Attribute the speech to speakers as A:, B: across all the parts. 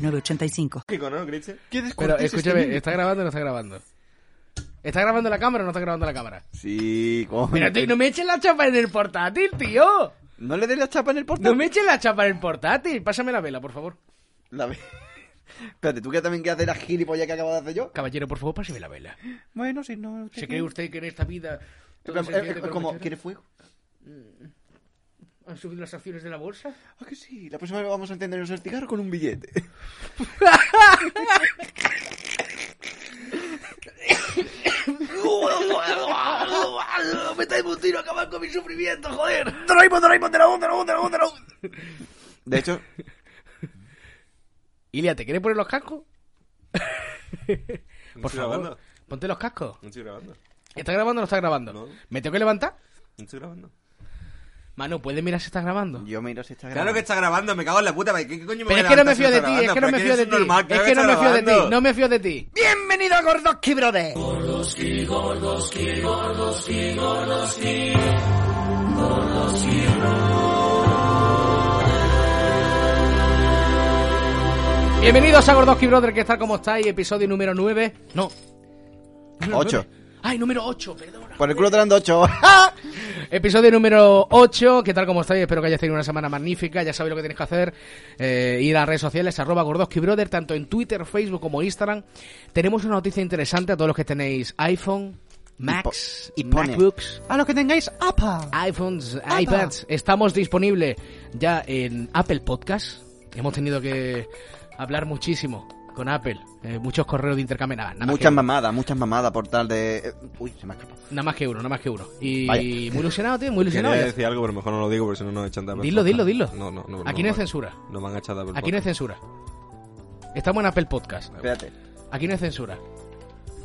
A: 985.
B: ¿no, Gritzel? ¿Qué
C: Pero
B: descortés
C: escúchame,
B: este
C: ¿está grabando o no está grabando? ¿Está grabando la cámara o no está grabando la cámara?
B: Sí, coño.
C: Pero tío, no me eches la chapa en el portátil, tío.
B: No le des la chapa en el portal.
C: No me eches la chapa en el portátil. Pásame la vela, por favor.
B: La ve- Espérate, ¿tú que también que hacer la gilipollas que acabo de hacer yo?
C: Caballero, por favor, pásame la vela.
B: Bueno, si no...
C: ¿Se cree usted que en esta vida todo
B: eh, Es
C: se entiende
D: eh,
C: con
B: como,
C: cuchara?
B: ¿quieres fuego?
C: ¿Han subido las acciones de la bolsa?
B: Ah, que sí. La próxima vez vamos a entendernos el cigarro con un billete. ¡Me estáis un tiro acabar con mi sufrimiento, joder! ¡Doraemon, Doraemon, Dragon, Dragon, Dragon, Dragon! De hecho,
C: Ilia, ¿te quieres poner los cascos? por favor,
D: grabando.
C: ponte los cascos.
D: No estoy grabando.
C: ¿Está grabando o no está grabando?
D: No.
C: ¿Me tengo que levantar?
D: No estoy grabando.
C: Manu, ¿puedes mirar si está grabando?
B: yo miro si está
D: Claro que está grabando, me cago en la puta. ¿Qué qué coño
C: Pero
D: me voy
C: es que no me
D: levantar si
C: fío de ti,
D: está
C: es que no
D: grabando?
C: me
D: Pero
C: fío de
D: eres
C: ti.
D: un normal,
C: Es
D: claro
C: que no me
D: está
C: fío de ti,
D: grabando.
C: no me fío de ti.
A: Bienvenido a Gordoski Brothers.
C: Bienvenidos a Gordoski Brother, ¿qué tal? ¿Cómo estáis? Episodio número 9. No. número
B: Ocho.
C: nueve. Ay, número 8, perdona.
B: Por el culo te lo han dado ocho.
C: Episodio número 8, ¿qué tal? ¿Cómo estáis? Espero que hayáis tenido una semana magnífica, ya sabéis lo que tenéis que hacer, eh, ir a las redes sociales, arroba Gordoski Brother, tanto en Twitter, Facebook como Instagram. Tenemos una noticia interesante a todos los que tenéis iPhone, Macs,
B: Y po- y pone.
C: MacBooks,
E: A los que tengáis APA.
C: iPhones, iPads. Estamos disponibles ya en Apple Podcast. Hemos tenido que hablar muchísimo con Apple. eh, muchos correos de intercambio. Nada, nada, más que,
B: Muchas mamadas, muchas mamadas por tal de... eh, Uy, se me ha escapado.
C: nada más que uno, nada más que uno. Y
B: Vaya.
C: muy ilusionado, tío, muy
D: Quería
C: ilusionado. Ya-
D: decir algo, pero mejor no lo digo porque si no nos echan de Apple
C: Dilo, dilo,
D: Podcast.
C: dilo.
D: No, no, no.
C: Aquí no hay censura.
D: Nos van a echar de Apple
C: Aquí no hay
D: Podcast.
C: censura. Estamos en Apple Podcast.
B: Espérate.
C: Aquí no hay censura.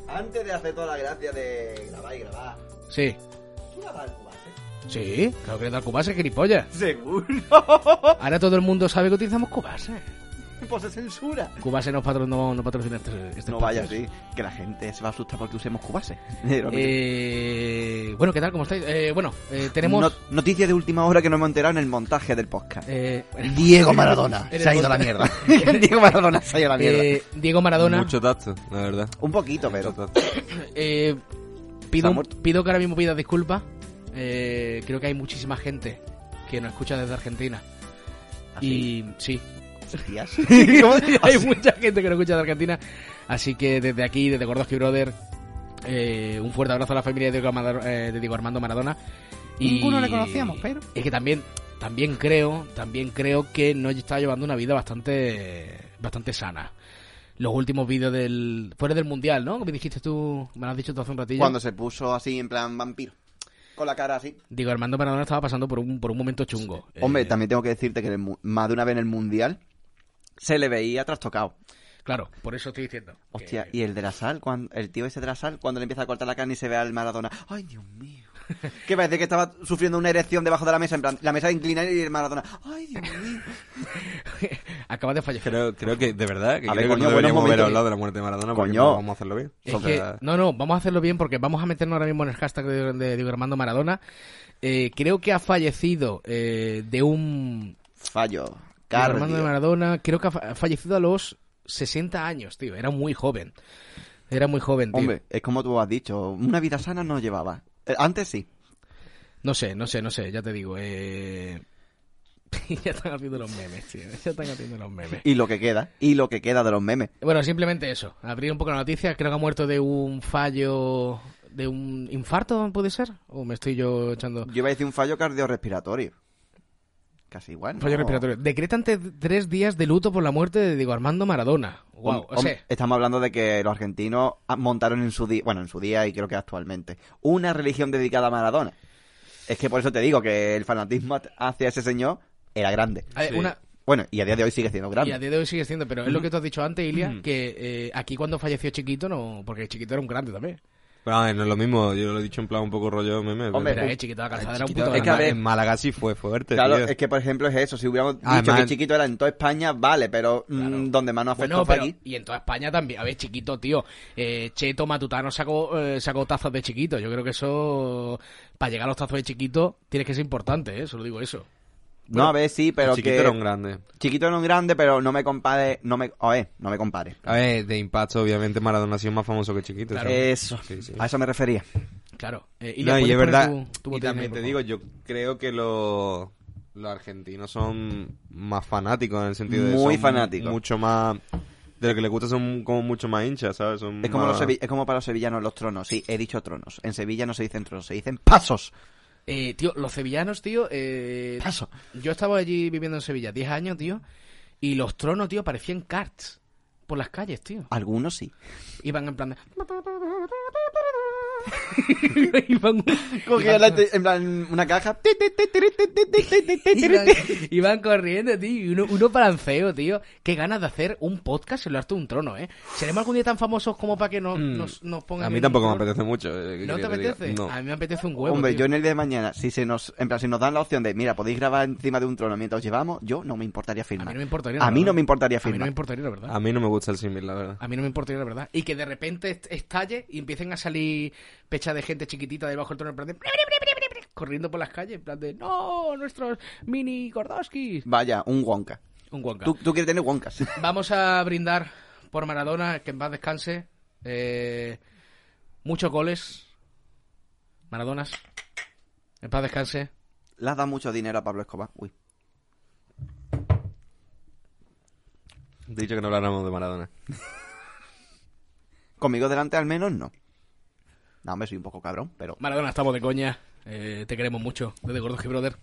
B: Antes de hacer toda la gracia de grabar y grabar,
C: Sí.
B: ¿tú grabas el cubase?
C: Sí, claro que le da cubase, gilipollas.
B: Seguro.
C: Ahora todo el mundo sabe que utilizamos cubase.
B: Pues es censura.
C: Cubase nos patro- no, no patrocina este, este
B: No vaya
C: podcast.
B: así, que la gente se va a asustar porque usemos cubase. Pero mira,
C: Eh, bueno, ¿qué tal? ¿Cómo estáis? Eh, bueno, eh, tenemos...
B: no- noticia de última hora que no me he enterado en el montaje del podcast.
C: eh,
B: Diego Maradona
C: En el
B: se ha ido a la mierda. Diego Maradona se ha ido a la mierda.
C: eh, Diego Maradona.
D: Mucho tacto, la verdad.
B: Un poquito,
D: Mucho
B: pero.
D: tacto.
C: eh,
B: Está
C: pido,
B: muerto.
C: pido que ahora mismo pidas disculpas. Eh, creo que hay muchísima gente que nos escucha desde Argentina.
B: ¿Ah,
C: Y sí,
B: Hostias.
C: hay mucha gente que nos escucha de Argentina. Así que desde aquí, desde Gordoski Brother, eh, un fuerte abrazo a la familia de Diego, Amado- eh, de Diego Armando Maradona.
E: Ninguno le conocíamos, pero-
C: Es que también, también creo, también creo que nos está llevando una vida bastante, bastante sana. Los últimos vídeos del. fuera del mundial, ¿no? Que me dijiste tú, me lo has dicho tú hace un ratillo.
B: Cuando se puso así, en plan vampiro. Con la cara así.
C: Diego Armando Maradona estaba pasando por un, por un momento chungo.
B: Hombre,
C: Eh,
B: también tengo que decirte que en el mu- más de una vez en el mundial se le veía trastocado.
C: Claro, por eso estoy diciendo. que-
B: Hostia, y el de la sal, cuando, el tío ese de la sal, cuando le empieza a cortar la carne y se ve al Maradona. Ay, Dios mío. Que parece que estaba sufriendo una erección debajo de la mesa, en plan, la mesa inclinada y el Maradona. Ay, Dios mío.
C: Acaba de fallecer.
D: Creo, creo que, de verdad, que
B: A
D: creo
B: ver,
D: que
B: coño,
D: no
B: buenos
D: deberíamos haber
B: momentos.
D: hablado de la muerte de Maradona porque
B: Coño.
D: no vamos a hacerlo bien.
C: Es
D: O
C: que-
D: sea,
C: no, no, vamos a hacerlo bien porque vamos a meternos ahora mismo en el hashtag de, de Diego Armando Maradona. Eh, creo que ha fallecido eh, de un...
B: Fallo.
C: Diego
B: Cardio.
C: Armando Maradona, creo que ha fa- ha fallecido a los 60 años, tío. Era muy joven. Era muy joven, tío.
B: Hombre, es como tú has dicho, una vida sana no llevaba. Eh, Antes sí.
C: No sé, no sé, no sé, ya te digo. Eh... ya están haciendo los memes, tío. Ya están haciendo los memes.
B: Y lo que queda, y lo que queda de los memes.
C: Bueno, simplemente eso. Abrir un poco la noticia. Creo que ha muerto de un fallo... ¿De un infarto, puede ser? ¿O me estoy yo echando...?
B: Yo iba a decir un fallo cardiorrespiratorio. Casi igual. ¿no?
C: Fallo respiratorio. Decretan te- tres días de luto por la muerte de Diego Armando Maradona. Wow,
B: Hom-
C: o sea,
B: hom- estamos hablando de que los argentinos ah, montaron en su día, bueno, en su día y creo que actualmente, una religión dedicada a Maradona. Es que por eso te digo que el fanatismo at- hacia ese señor era grande.
C: a ver,
D: sí.
C: una,
B: Bueno, y a día de hoy sigue siendo
C: Y a
B: grande.
C: día de hoy sigue siendo, pero es lo que tú has dicho antes, Ilia, que eh, aquí cuando falleció Chiquito, no, porque Chiquito era un grande también.
D: Pero, a ver, no es lo mismo, yo lo he dicho en plan un poco rollo meme.
B: Hombre,
D: pero-
C: Era, eh, Chiquito, la calzada era un
D: Chiquito,
C: puto
D: es que
C: grande.
D: a ver, en Málaga sí fue fuerte.
B: Claro,
D: tío.
B: es que por ejemplo es eso. Si hubiéramos dicho
D: Además-
B: que chiquito era en toda España, vale, pero mm, donde más nos afectó
C: Bueno,
B: fue
C: pero-
B: aquí.
C: y en toda España también. A ver, chiquito, tío. Eh, Cheto Matutano sacó, eh, sacó tazas de chiquito. Yo creo que eso, para llegar a los tazos de chiquito, tienes que ser importante, ¿eh? Solo digo eso.
B: No, a ver, sí, pero
D: Chiquito
B: que.
D: era un grande.
B: Chiquito era un grande, pero no me compare. No me... A ver, no me compare.
D: A ver, de impacto, obviamente Maradona ha sido más famoso que Chiquito.
C: Claro.
D: ¿sabes?
B: Eso.
D: Sí, sí.
B: A eso me refería.
C: Claro. Eh, Ilia,
D: No, y
C: ¿puedes
D: es
C: poner
D: verdad.
C: tu- tu
D: y
C: botella,
D: también
C: por
D: te
C: favor?
D: digo, yo creo que los los argentinos son más fanáticos en el sentido de
B: Muy
D: son
B: fanáticos.
D: Mucho más. De lo que les gusta son como mucho más hinchas, ¿sabes? Son
B: Es como,
D: más-
B: los sevi- es como para los sevillanos los tronos. Sí, he dicho tronos. En Sevilla no se dicen tronos, se dicen pasos.
C: Eh, tío, los sevillanos, tío. Eh,
B: Paso.
C: Yo estaba allí viviendo en Sevilla 10 años, tío. Y los tronos, tío, parecían carts por las calles, tío.
B: Algunos sí.
C: Iban en plan de... Iban-
B: Cogía
C: iban-
B: la- en plan una caja. ti, ti, ti, ti, ti, ti, ti, ti, ti, ti, ti,
C: Iban,
B: ti.
C: iban corriendo, tío. Y uno, uno balanceo, tío. Qué ganas de hacer un podcast en lo harto de un trono, ¿eh? ¿Seremos algún día tan famosos como para que no- nos, nos pongan...
D: A mí
C: en
D: tampoco
C: un
D: me
C: trono?
D: apetece mucho. eh, ¿qué
C: ¿No te
D: quería que diga?
C: apetece?
D: No.
C: A mí me apetece un huevo,
B: Hombre,
C: tío.
B: yo en el día de mañana, si se nos, en plan, si nos dan la opción de, mira, podéis grabar encima de un trono mientras os llevamos, yo no me importaría
C: A
B: firmar.
C: mí no me importaría. la
B: A mí
C: verdad.
B: no me importaría
C: A mí no me
B: firmar.
C: importaría, la verdad.
D: A mí no me gusta el símil, la verdad.
C: A mí no me importaría, la verdad. Y que de repente est- estalle y empiecen a salir pecha de gente chiquitita debajo del trono, en plan de... "Bre, bre, bre, bre, bre", Corriendo por las calles, en plan de... ¡No! Nuestros mini Gordoskis.
B: Vaya, un Wonka.
C: Un guanca.
B: Tú, tú quieres tener Wonkas.
C: Vamos a brindar por Maradona, que en paz descanse. Eh, muchos goles. Maradonas. En paz descanse.
B: Le has dado mucho dinero a Pablo Escobar. Uy.
D: He dicho que no habláramos de Maradona.
B: Conmigo delante al menos no. No, me soy un poco cabrón, pero...
C: Maradona, estamos de coña. Eh, te queremos mucho, desde Gordoski Brother.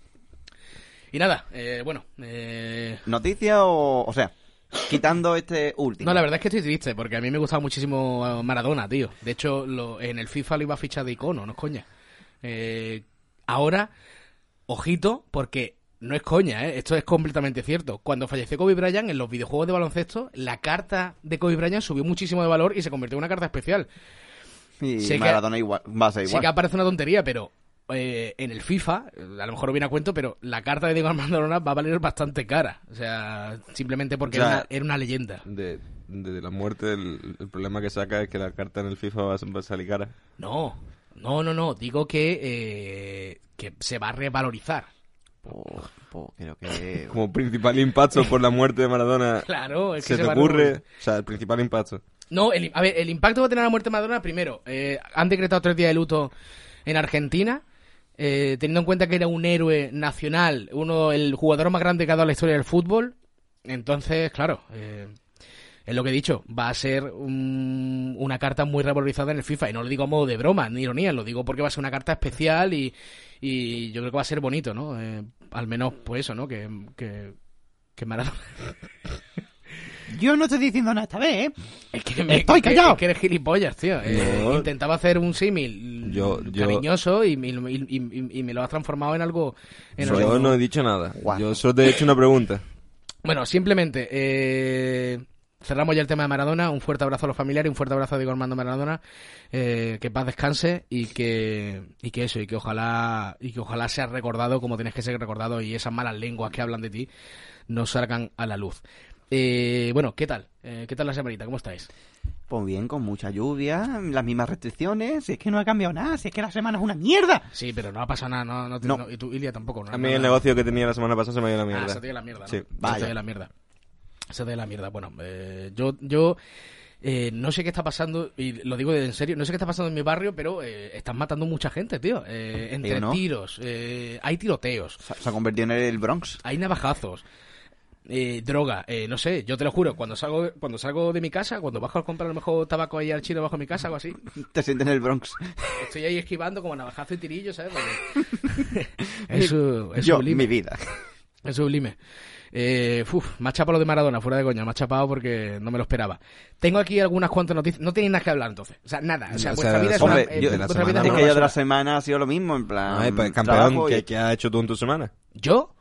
C: Y nada, eh, bueno. eh,
B: ¿Noticia o...? O sea, quitando este último.
C: No, la verdad es que estoy triste, porque a mí me gustaba muchísimo eh, Maradona, tío. De hecho, lo- en el FIFA lo iba a fichar de icono, no es coña. Eh, ahora, ojito, porque no es coña, ¿eh? esto es completamente cierto. Cuando falleció Kobe Bryant, en los videojuegos de baloncesto, la carta de Kobe Bryant subió muchísimo de valor y se convirtió en una carta especial.
B: Y
C: sé que-
B: Maradona igual, va a ser
C: Sí
B: igual.
C: que aparece una tontería, pero eh, en el FIFA, eh, a lo mejor no viene a cuento, pero la carta de Diego Armando Maradona va a valer bastante cara. O sea, simplemente porque
D: O sea,
C: era, una, era una leyenda.
D: De, de la muerte, el, el problema que saca es que la carta en el FIFA va a va a salir cara.
C: No, no, no, no. Digo que, eh, que se va a revalorizar.
B: Po- po- creo que...
D: Como principal impacto por la muerte de Maradona.
C: Claro, es que
D: se, te
C: va a
D: ocurre.
C: revalorizar.
D: O sea, el principal impacto.
C: No, el, a ver, el impacto va a tener la muerte de Madonna. Primero, eh, han decretado tres días de luto en Argentina. eh, teniendo en cuenta que era un héroe nacional, uno el jugador más grande que ha dado la historia del fútbol. Entonces, claro, eh, es lo que he dicho, va a ser un- una carta muy revalorizada en el FIFA. Y no lo digo a modo de broma, ni ironía, lo digo porque va a ser una carta especial y, y yo creo que va a ser bonito, ¿no? Eh, al menos, pues eso, ¿no? Que, que, que Maradona.
E: Yo no estoy diciendo nada esta vez, ¿eh?
C: Es que me,
E: Estoy
C: es que-
E: callado.
C: es que eres gilipollas, tío. Eh,
D: No.
C: intentaba hacer un símil
D: Yo-
C: mm,
D: yo-
C: cariñoso y, me- y- y- y me lo has transformado en algo. en
D: Yo
C: algo-
D: no he dicho nada.
B: Guau.
D: Yo solo te he hecho una pregunta.
C: Bueno, simplemente eh, cerramos ya el tema de Maradona. Un fuerte abrazo a los familiares, un fuerte abrazo a Diego Armando Maradona. eh, que paz descanse y que y que eso y que ojalá y que ojalá seas recordado como tienes que ser recordado y esas malas lenguas que hablan de ti no salgan a la luz. Eh, bueno, ¿qué tal? Eh, ¿Qué tal la semanita? ¿Cómo estáis?
B: Pues bien, con mucha lluvia, las mismas restricciones...
E: Si es que no ha cambiado nada, si es que la semana es una mierda.
C: Sí, pero no ha pasado nada. No, no, te-
B: No.
C: no- y tú, Ilia, tampoco. No,
D: A mí
C: no,
D: el
C: no.
D: negocio que tenía la semana pasada se me ha ido a la
C: Ah,
D: mierda.
C: se te dio la mierda. ¿no?
D: Sí.
C: Se
B: Vaya.
C: te dio la mierda. Se te dio la mierda. Bueno, eh, yo, yo eh, no sé qué está pasando, y lo digo en serio, no sé qué está pasando en mi barrio, pero eh, están matando mucha gente, tío. Eh, entre
B: Digo, ¿no?
C: tiros, eh, hay tiroteos,
B: Se se ha convertido en el Bronx.
C: hay navajazos. eh, droga, eh, no sé, yo te lo juro, cuando salgo, cuando salgo de mi casa, cuando bajo a comprar a lo mejor tabaco ahí al chino bajo mi casa o así,
B: Te sientes en el Bronx.
C: estoy ahí esquivando como navajazo y tirillo, ¿sabes? Porque- es su- es
B: Yo,
C: sublime.
B: mi vida.
C: Es sublime. Eh, uf, me ha chapado lo de Maradona, fuera de coña, me ha chapado porque no me lo esperaba. Tengo aquí algunas cuantas noticias. No tenéis nada que hablar entonces. O sea, nada. O sea,
D: No, o
C: vuestra
D: sea,
C: vida es
B: hombre,
C: una, eh,
B: yo-
D: de la
C: vuestra vida
D: semana
C: es
B: es
C: una
B: que yo de la
C: basura.
B: semana ha sido lo mismo, en plan...
D: Ay, pues,
B: trabajo
D: campeón,
B: y-
D: ¿qué, qué has hecho tú en tu semana?
C: ¿Yo?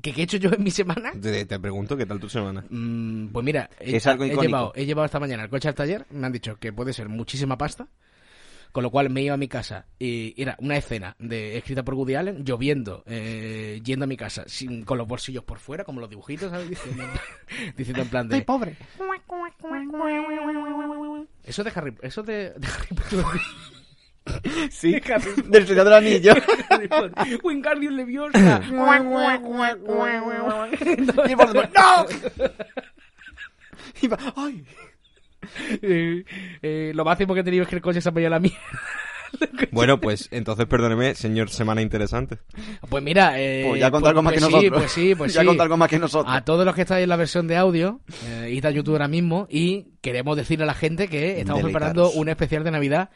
C: ¿Qué, qué he hecho yo en mi semana?
D: Te, te pregunto, ¿qué tal tu semana?
C: Mm, pues mira, he,
B: Es algo
C: he
B: icónico.
C: llevado, he llevado esta mañana el coche al taller, me han dicho que puede ser muchísima pasta, con lo cual me iba a mi casa y era una escena de escrita por Woody Allen, lloviendo, eh, yendo a mi casa sin, con los bolsillos por fuera, como los dibujitos, ¿sabes? Diciendo, diciendo en plan
E: Estoy
C: de...
E: pobre.
C: Eso de Harry, eso de, de Harry Potter.
B: Sí.
C: De Harry Potter.
B: Del Señor del Anillo.
C: Harry Potter. Wingardium Leviosa.
B: Y Voldemort, ¡No! Y va, ¡Ay! pues
C: Eh, eh, lo máximo que he tenido es que el coche se ha pillado la mía.
D: Bueno, pues entonces perdóneme, señor Semana Interesante.
C: Pues mira, eh,
B: Pues ya contar algo más que
C: pues sí,
B: nosotros.
C: Pues sí, pues
B: ya
C: sí.
B: contar algo más que nosotros.
C: A todos los que estáis en la versión de audio, eh, id a YouTube ahora mismo y queremos decirle a la gente que estamos preparando
B: Deleitaros.
C: un especial de Navidad.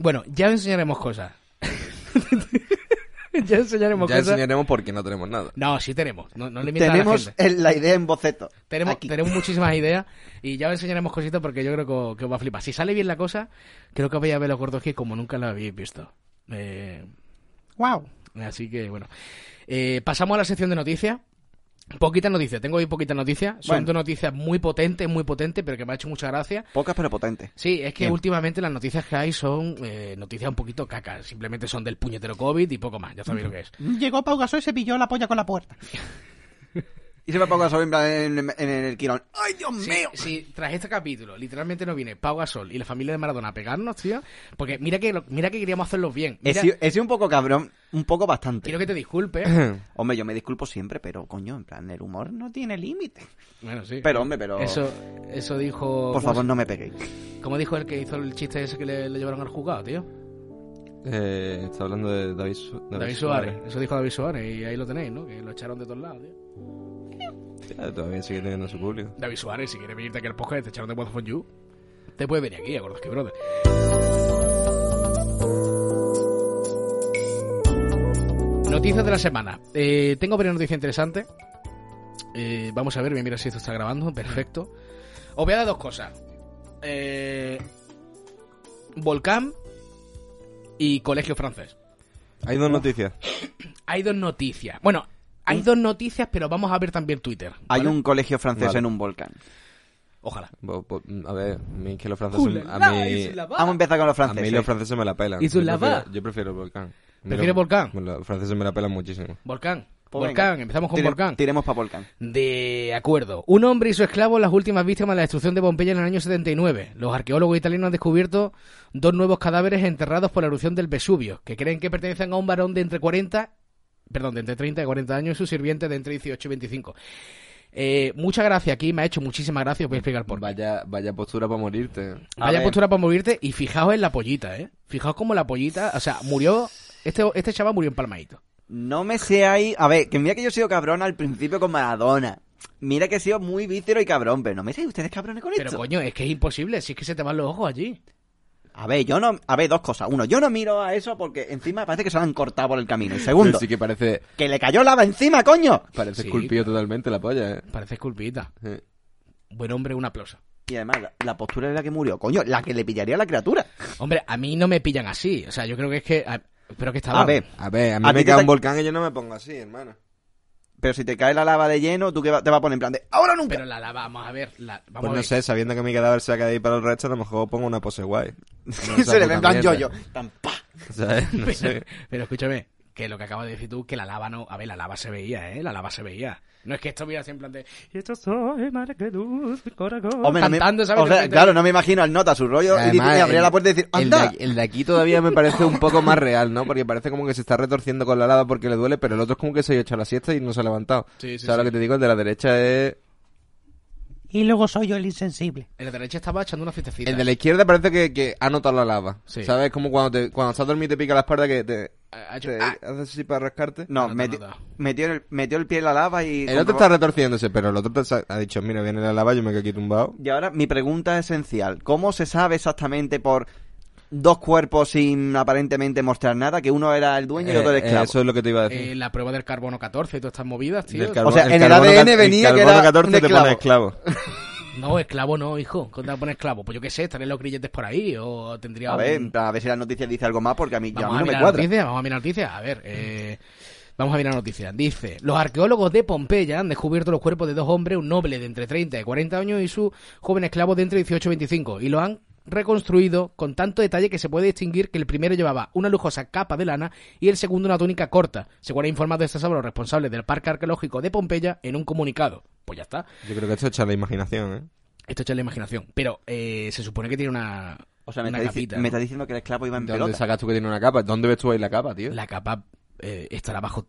C: Bueno, ya os enseñaremos cosas. ya os enseñaremos
D: Ya
C: cosas.
D: enseñaremos por qué no tenemos nada.
C: No, sí tenemos. No, no limitas a la
B: Tenemos
C: gente.
B: el- la idea en boceto.
C: Tenemos,
B: Aquí.
C: tenemos muchísimas ideas y ya os enseñaremos cositas porque yo creo que, os- que os va a flipar. Si sale bien la cosa, creo que vais a ver los gordos que como nunca lo habéis visto. Eh,
E: Wow.
C: Así que bueno. Eh, pasamos a la sección de noticias. Poquitas noticias, tengo hoy poquitas noticias. Son
B: Bueno.
C: dos noticias muy potentes, muy potentes, pero que me ha hecho mucha gracia.
B: Pocas pero potentes.
C: Sí, es que últimamente las noticias que hay son eh, noticias un poquito cacas. Simplemente son del puñetero COVID y poco más, ya sabéis lo que es.
E: Llegó Pau Gasol y se pilló la polla con la puerta.
B: Y se me pongo a sobre en, plan en, en- en el quirón. ¡Ay, Dios
C: Si,
B: mío!
C: si tras este capítulo literalmente no viene Pau Gasol y la familia de Maradona a pegarnos, tío, porque mira que, lo- mira que queríamos hacerlos bien.
B: He
C: Mira-
B: sido, he sido un poco cabrón, un poco bastante.
C: Quiero que te disculpes.
B: Hombre, yo me disculpo siempre, pero coño, en plan, el humor no tiene límite.
C: Bueno, sí.
B: Pero, hombre, pero-
C: Eso, eso dijo.
B: Por
C: ¿cómo
B: favor, no me peguéis.
C: se- ¿Cómo dijo el que hizo el chiste ese que le, le llevaron al juzgado, tío?
D: Eh, está hablando de David, Su- David
C: David Suárez. Eso dijo David Suárez y ahí lo tenéis, ¿no? Que lo echaron de todos lados, tío.
D: Ya, Ah, todavía sigue teniendo su público.
C: David Suárez, si quieres venirte aquí al podcast, te echaron de Vodafone You. Te puedes venir aquí, acordas que brother. Noticias de la semana. Eh, tengo varias noticias interesantes. Eh, vamos a ver, voy a mirar si esto está grabando. Perfecto. Os voy a dar dos cosas. Eh, Volcán y Colegio Francés.
D: Hay dos noticias.
C: Hay dos noticias. Bueno,
B: ¿Mm?
C: hay dos noticias, pero vamos a ver también Twitter.
B: Hay
C: ¿vale?
B: un colegio francés
D: Vale.
B: en un volcán.
C: Ojalá.
D: Bo- bo- A ver, a mí es que los franceses. A
C: Ah,
D: mí,
B: Vamos a empezar con los
D: a
B: franceses.
D: mí los franceses me la pelan.
C: ¿Y tú
D: Yo
C: la
D: prefiero-
C: vas?
D: Yo prefiero Volcán. Me
C: ¿Prefieres
D: lo-
C: Volcán?
D: me lo- Los franceses me la pelan muchísimo.
C: Volcán.
B: Pues venga,
C: Volcán, empezamos con
B: tire-
C: Volcán.
B: Tiremos para volcán.
C: De acuerdo. Un hombre y su esclavo, las últimas víctimas de la destrucción de Pompeya en el año 79. Los arqueólogos italianos han descubierto dos nuevos cadáveres enterrados por la erupción del Vesubio, que creen que pertenecen a un varón de entre 40, perdón, de entre 30 y 40 años y su sirviente de entre 18 y 25. Eh, mucha gracia aquí, me ha hecho muchísima gracia, os voy a explicar por qué.
D: Vaya, vaya postura para morirte.
B: A
C: Vaya
B: ver.
C: postura para morirte y fijaos en la pollita, ¿eh? Fijaos como la pollita, o sea, murió, este, este chaval murió empalmadito.
B: No me sé ahí. A ver, que mira que yo he sido cabrón al principio con Maradona. Mira que he sido muy vícero y cabrón, pero no me sé ustedes cabrones con
C: Pero
B: esto.
C: coño, es que es imposible, si es que se te van los ojos allí.
B: A ver, yo no. A ver, dos cosas. Uno, yo no miro a eso porque encima parece que se lo han cortado por el camino. Y segundo,
D: Pero sí que parece,
B: que le cayó lava encima, coño.
D: parece
C: Sí.
D: esculpido totalmente la polla, eh.
C: Parece esculpita.
D: Sí.
C: Buen hombre, una plosa.
B: Y además, la, la postura de la que murió, coño, la que le pillaría a la criatura.
C: Hombre, a mí no me pillan así, o sea, yo creo que es que... a- pero que estaba...
B: A ver,
D: A ver, a mí
B: ¿A ti
D: me
B: te
D: cae
B: ta-
D: un volcán y yo no me pongo así, hermano.
B: pero si te cae la lava de lleno, tú que te vas a poner en plan de ahora o nunca.
C: Pero la, la vamos a ver, la, vamos a
D: Pues no
C: ver.
D: sé, sabiendo que mi cadáver se va a quedar ahí para el resto, a lo mejor pongo una pose guay. No eh.
B: Sí,
D: esa
B: se le
D: puta
B: ve en plan
D: mierda.
B: yo-yo. Tan, pa.
D: ¿Sabes? No sé.
C: Pero, pero escúchame, que lo que acabas de decir tú, que la lava no... A ver, la lava se veía, ¿eh? La lava se veía. No es que esto mira así en plan de... Y esto soy más que luz, mi corazón.
B: Hombre, no me-
C: Cantando, ¿sabes?
B: o sea,
C: De repente-
B: claro, no me imagino al nota su rollo y, dice- y abría
D: el-
B: la puerta y decir,
D: el de,
B: ¡anda!
D: aquí- el de aquí todavía me parece un poco más real, ¿no? Porque parece como que se está retorciendo con la lava porque le duele, pero el otro es como que se ha hecho la siesta y no se ha levantado.
C: Sí, sí,
D: ¿Sabes
C: sí.
D: lo que te digo? El de la derecha es...
E: Y luego soy yo el insensible.
C: El de la derecha estaba echando una fiestecita.
D: El de la izquierda parece que, que ha notado la lava.
C: Sí.
D: ¿Sabes? Como cuando, te, cuando estás dormido y te pica la espalda que te...
C: Ha- ha hecho-
D: te
C: ¡Ah!
D: haces así para rascarte.
B: No,
C: no te
B: meti-
C: nota.
B: metió, el, metió el pie en la lava y...
D: El otro
B: comprobó-
D: está retorciéndose, pero el otro te sa- ha dicho, mira, viene la lava, yo me quedo aquí tumbado.
B: Y ahora mi pregunta esencial. ¿Cómo se sabe exactamente por dos cuerpos sin aparentemente mostrar nada que uno era el dueño y el otro el
D: Eh,
B: esclavo?
D: eso es lo que te iba a decir.
C: Eh, la prueba del carbono 14 y todas estas movidas, tío.
D: Del carbono-
B: sea, en el
D: carbono
B: ADN
D: cat- el
B: venía que
D: carbono
B: era
D: 14
B: un
D: te pone esclavo.
C: No, esclavo no, hijo. ¿Cómo te vas a poner esclavo? Pues yo qué sé, estarían los grilletes por ahí o tendría...
B: A ver,
C: un-
B: en plan, a ver si la noticia dice algo más porque a mí, yo- a
C: Vamos
B: mí
C: a,
B: no me
C: mirar
B: cuadra.
C: noticias, vamos a mirar noticias. A ver, eh, Vamos a ver la noticia. Dice, los arqueólogos de Pompeya han descubierto los cuerpos de dos hombres, un noble de entre 30 y 40 años y su joven esclavo de entre 18 y 25, y lo han reconstruido con tanto detalle que se puede distinguir que el primero llevaba una lujosa capa de lana y el segundo una túnica corta, según ha informado este sábado los responsables del Parque Arqueológico de Pompeya en un comunicado. Pues ya está,
D: Yo creo que esto echa la imaginación, ¿eh?
C: esto es la imaginación. Pero eh, se supone que tiene una,
B: O sea, me,
C: una
B: está, dici-
C: capita.
B: me
C: ¿no?
B: está diciendo que el esclavo iba en
D: ¿De dónde
B: pelota.
D: sacas tú que tiene una capa? ¿Dónde ves tú ahí la capa, tío?
C: La capa eh, estará bajo...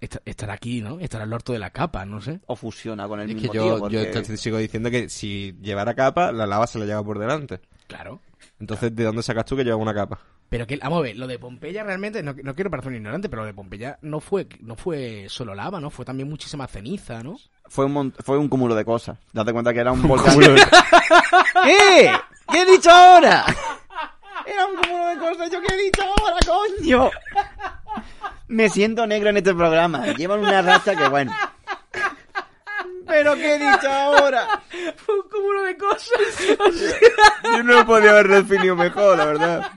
C: est- Estará aquí, ¿no? Estará el orto de la capa, no sé.
B: O fusiona con el
D: Es que
B: mismo
D: yo,
B: tío.
D: yo
B: porque-
D: te sigo diciendo que si llevara capa, la lava se la lleva por delante.
C: Claro.
D: Entonces, ¿de dónde sacas tú que lleva una capa?
C: Pero que, vamos a ver, lo de Pompeya realmente, no, no quiero parecer un ignorante, pero lo de Pompeya no fue, no fue solo lava, ¿no? Fue también muchísima ceniza, ¿no?
B: Fue un, mon- fue un cúmulo de cosas. Date cuenta que era un volcán. ¿Qué? ¿Qué he dicho ahora? Era un cúmulo de cosas. ¿Yo qué he dicho ahora, coño? Me siento negro en este programa. Llevan una racha que, bueno. ¿Pero qué he dicho ahora?
C: Fue un cúmulo de cosas.
D: Yo no lo podía haber definido mejor, la verdad.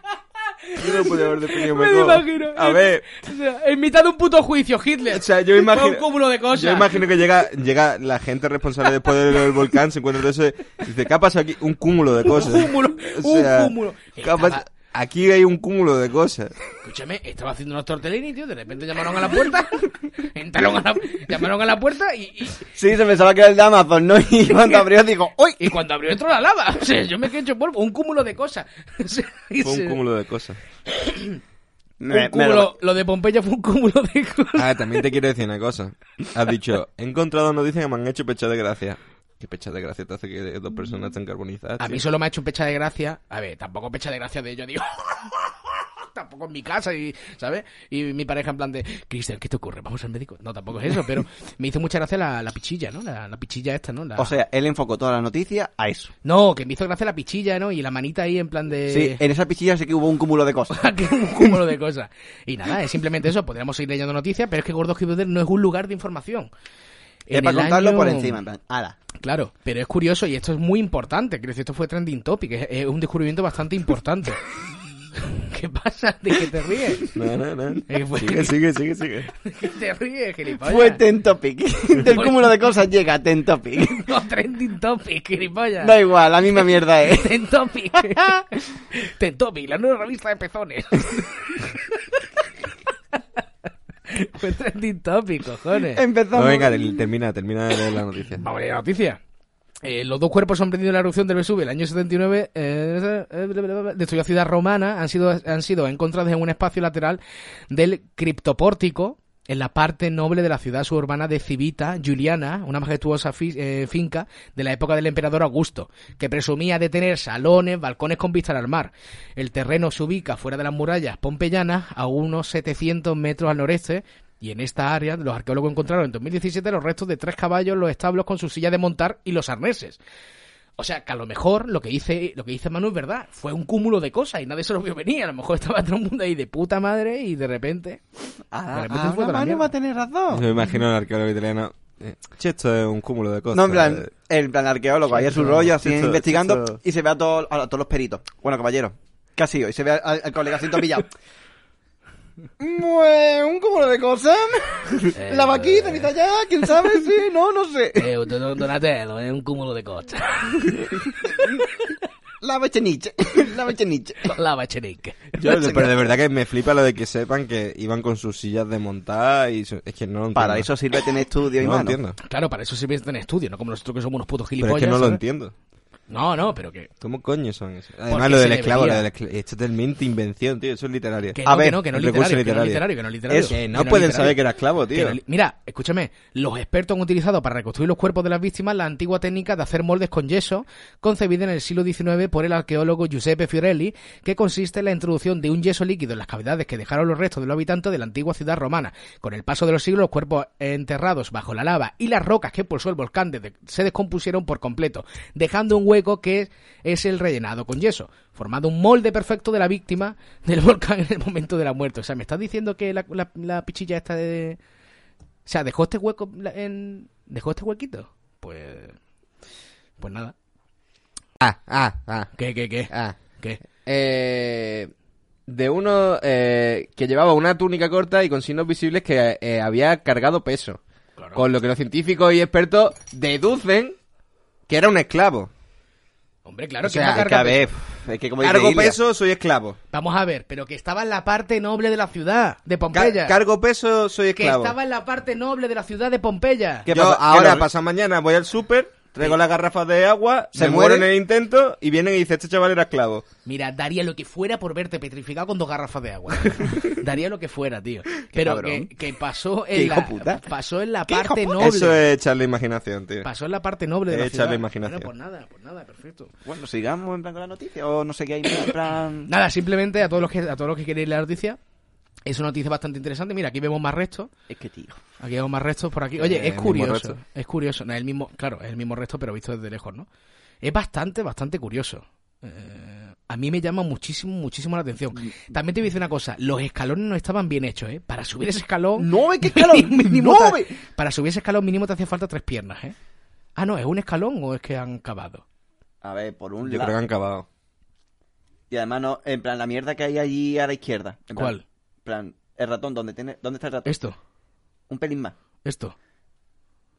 D: Yo no lo podía haber definido
C: Me
D: mejor.
C: lo imagino.
D: A ver,
C: O sea, en mitad de un puto juicio, Hitler.
D: o sea, yo imagino.
C: Fue un cúmulo de cosas.
D: Yo imagino que llega, llega la gente responsable después del, volcán, se encuentra todo eso y dice, ¿qué ha pasado aquí? Un cúmulo de cosas.
C: cúmulo, un cúmulo.
D: ¿qué ha pas- Aquí hay un cúmulo de cosas.
C: Escúchame, estaba haciendo unos tortellini, tío, de repente llamaron a la puerta. Entraron a la, llamaron a la puerta y, y-
B: Sí, se pensaba que era el de Amazon, ¿no? Y cuando abrió dijo, ¡Uy!
C: y cuando abrió entró la lava. O sea, yo me quedé hecho polvo. Un cúmulo de cosas.
D: Fue un cúmulo de cosas.
B: Me-
C: Un
B: me
C: cúmulo-
B: lo-
C: lo de Pompeya fue un cúmulo de cosas.
D: Ah, también te quiero decir una cosa. Has dicho, he encontrado noticias que me han hecho pecha de gracia. ¿Qué pecha de gracia te hace que dos personas estén carbonizadas?
C: A mí
D: tío?
C: solo me ha hecho un pecha de gracia. A ver, tampoco pecha de gracia de yo digo. tampoco en mi casa y, ¿sabes? Y mi pareja en plan de, Cristian, ¿qué te ocurre? Vamos al médico. No, tampoco es eso, pero me hizo mucha gracia la, la pichilla, ¿no? La, la pichilla esta, ¿no? La-
B: O sea, él enfocó toda la noticia a eso.
C: no, que me hizo gracia la pichilla, ¿no? Y la manita ahí en plan de...
B: Sí, en esa pichilla sí que hubo un cúmulo de cosas.
C: Aquí un cúmulo de cosas. Y nada, es simplemente eso. Podríamos seguir leyendo noticias, pero es que Gordos Gibraltar no es un lugar de información.
B: Es
C: En
B: para
C: el
B: contarlo
C: año-
B: por encima, en plan, ala.
C: Claro, pero es curioso y esto es muy importante. Quiero decir, esto fue trending topic, es, es un descubrimiento bastante importante. ¿Qué pasa? ¿De qué te ríes?
D: No, no, no.
C: Eh, fue-
D: Sigue, sigue, sigue, sigue.
C: ¿De qué te ríes, gilipollas?
B: Fue Tentopic. Del
C: Fue-
B: cúmulo de cosas llega Tentopic.
C: No, trending topic, gilipollas.
B: Da igual, la misma mierda es.
C: Trend topic. Trend topic, la nueva revista de pezones. fue trending topic, cojones.
D: No,
B: Empezamos.
D: venga, del- termina, termina de leer la noticia.
C: Vamos a leer la noticia. Eh, los dos cuerpos sorprendidos en la erupción del Vesubio el año 79 eh, eh, bla, bla, bla, bla, destruyó la ciudad romana han sido, han sido encontrados en un espacio lateral del criptopórtico en la parte noble de la ciudad suburbana de Civita Juliana, una majestuosa fi- eh, finca de la época del emperador Augusto, que presumía de tener salones, balcones con vista al mar. El terreno se ubica fuera de las murallas pompeyanas a unos 700 metros al noreste, y en esta área, los arqueólogos encontraron en 2017 los restos de tres caballos, los establos con su silla de montar y los arneses. O sea, que a lo mejor lo que dice, lo que dice Manu es verdad. Fue un cúmulo de cosas y nadie se lo vio venir. A lo mejor estaba todo el mundo ahí de puta madre y de repente...
E: Ah,
C: De repente
E: ahora
C: fue otra
E: Manu
C: mierda.
E: va a tener razón.
D: Me imagino al arqueólogo italiano. eh, Che, esto es un cúmulo de cosas.
B: No, en plan, en plan arqueólogo, ahí a su rollo, así
D: Esto-
B: investigando,
D: esto-
B: y se ve a, todo- a todos los peritos. Bueno, caballero, ¿qué ha sido? Y se ve al, al colega siento pillado. Bueno, Pues, un cúmulo de cosas. La vaquita, ni allá, quién sabe, sí, no, no sé.
C: Eh, don- Donatello, es un cúmulo de cosas.
B: La Becheniche, la Becheniche.
C: Lava Echenique.
D: Yo, pero de verdad que me flipa lo de que sepan que iban con sus sillas de montar y su- es que no lo entiendo.
B: Para eso sirve tener estudio y
D: no lo
B: mano.
D: entiendo.
C: Claro, para eso sirve en estudio, no como nosotros que somos unos putos
D: Pero
C: gilipollas.
D: es que no lo
C: ¿sabes?
D: entiendo.
C: No, no, pero que...
D: ¿Cómo coño son eso?
C: Porque
D: Además, lo del
C: se
D: esclavo, lo
C: debería.
D: del esclavo. Esto es totalmente invención, tío. Eso es literario.
C: Que
D: A
C: no, que
D: ver,
C: no, que no
D: el
C: es
D: recurso
C: literario, que no es
D: literario.
C: literario, que no es literario.
D: Es- que no
C: Que es
D: pueden
C: literario.
D: saber que era esclavo, tío.
C: Que no- mira, escúchame, los expertos han utilizado para reconstruir los cuerpos de las víctimas la antigua técnica de hacer moldes con yeso, concebida en el siglo XIX por el arqueólogo Giuseppe Fiorelli, que consiste en la introducción de un yeso líquido en las cavidades que dejaron los restos de los habitantes de la antigua ciudad romana. Con el paso de los siglos, los cuerpos enterrados bajo la lava y las rocas que pulsó el volcán desde- se descompusieron por completo, dejando un hueco que es el rellenado con yeso, formando un molde perfecto de la víctima del volcán en el momento de la muerte. O sea, me estás diciendo que la, la- la pichilla esta de... O sea, dejó este hueco la- en... ¿Dejó este huequito? Pues... Pues nada.
D: Ah, ah, ah.
C: ¿Qué, qué, qué?
D: Ah.
C: ¿Qué?
D: Eh, de uno eh, que llevaba una túnica corta y con signos visibles que eh, había cargado peso. Con lo que los científicos y expertos deducen que era un esclavo.
C: Hombre, claro
B: o
C: que
B: sea,
C: una
B: es que
C: carga
B: a ver, pf, es que como dice
D: Cargo
B: Ilia,
D: peso, soy esclavo.
C: pe- Vamos a ver, pero que estaba en la parte noble de la ciudad de
D: Ca-
C: Pompeya.
D: cargo peso, soy
C: que
D: esclavo.
C: estaba en la parte noble de la ciudad de Pompeya.
B: ¿Qué
D: Yo
B: pasa?
D: ahora,
B: Que lo-
D: pasado mañana, voy al súper, traigo las garrafas de agua,
B: Se
D: se muero en
B: muere.
D: el intento y vienen y dicen, este chaval era esclavo.
C: Mira, daría lo que fuera por verte petrificado con dos garrafas de agua. daría lo que fuera, tío. Pero que,
B: cabrón.
C: que pasó
B: Qué
C: en
B: hijo
C: la
B: puta.
C: pasó en la parte noble.
D: Eso es echarle imaginación, tío.
C: Pasó en la parte noble de la
D: Echa
C: ciudad.
D: la imaginación.
C: Bueno, pues nada, pues nada, perfecto.
B: Bueno, sigamos en plan con la noticia o no sé qué hay en plan...
C: Nada, simplemente a todos los que a todos los que queréis la noticia es una noticia bastante interesante. Mira, aquí vemos más restos.
B: Es que tío.
C: Aquí vemos más restos por aquí.
D: Eh,
C: Oye,
D: el
C: es
D: mismo
C: curioso.
D: resto.
C: Es curioso. No, es el mismo, claro, es el mismo resto, pero visto desde lejos, ¿no? Es bastante, bastante curioso. Eh, a mí me llama muchísimo, muchísimo la atención. También te voy a decir una cosa. Los escalones no estaban bien hechos, ¿eh? Para subir ese escalón...
B: No, es que escalón,
C: mínimo
B: no,
C: te-
B: es-
C: Para subir ese escalón mínimo te hacía falta tres piernas, ¿eh? Ah, no, ¿es un escalón o es que han cavado?
B: A ver, por un
D: Yo
B: lado.
D: creo que han acabado.
B: Y además no, en plan la mierda que hay allí a la izquierda. En plan-
C: ¿Cuál?
B: En plan, el ratón, ¿dónde, tiene, ¿dónde está el ratón?
C: Esto,
B: Un pelín más.
C: esto,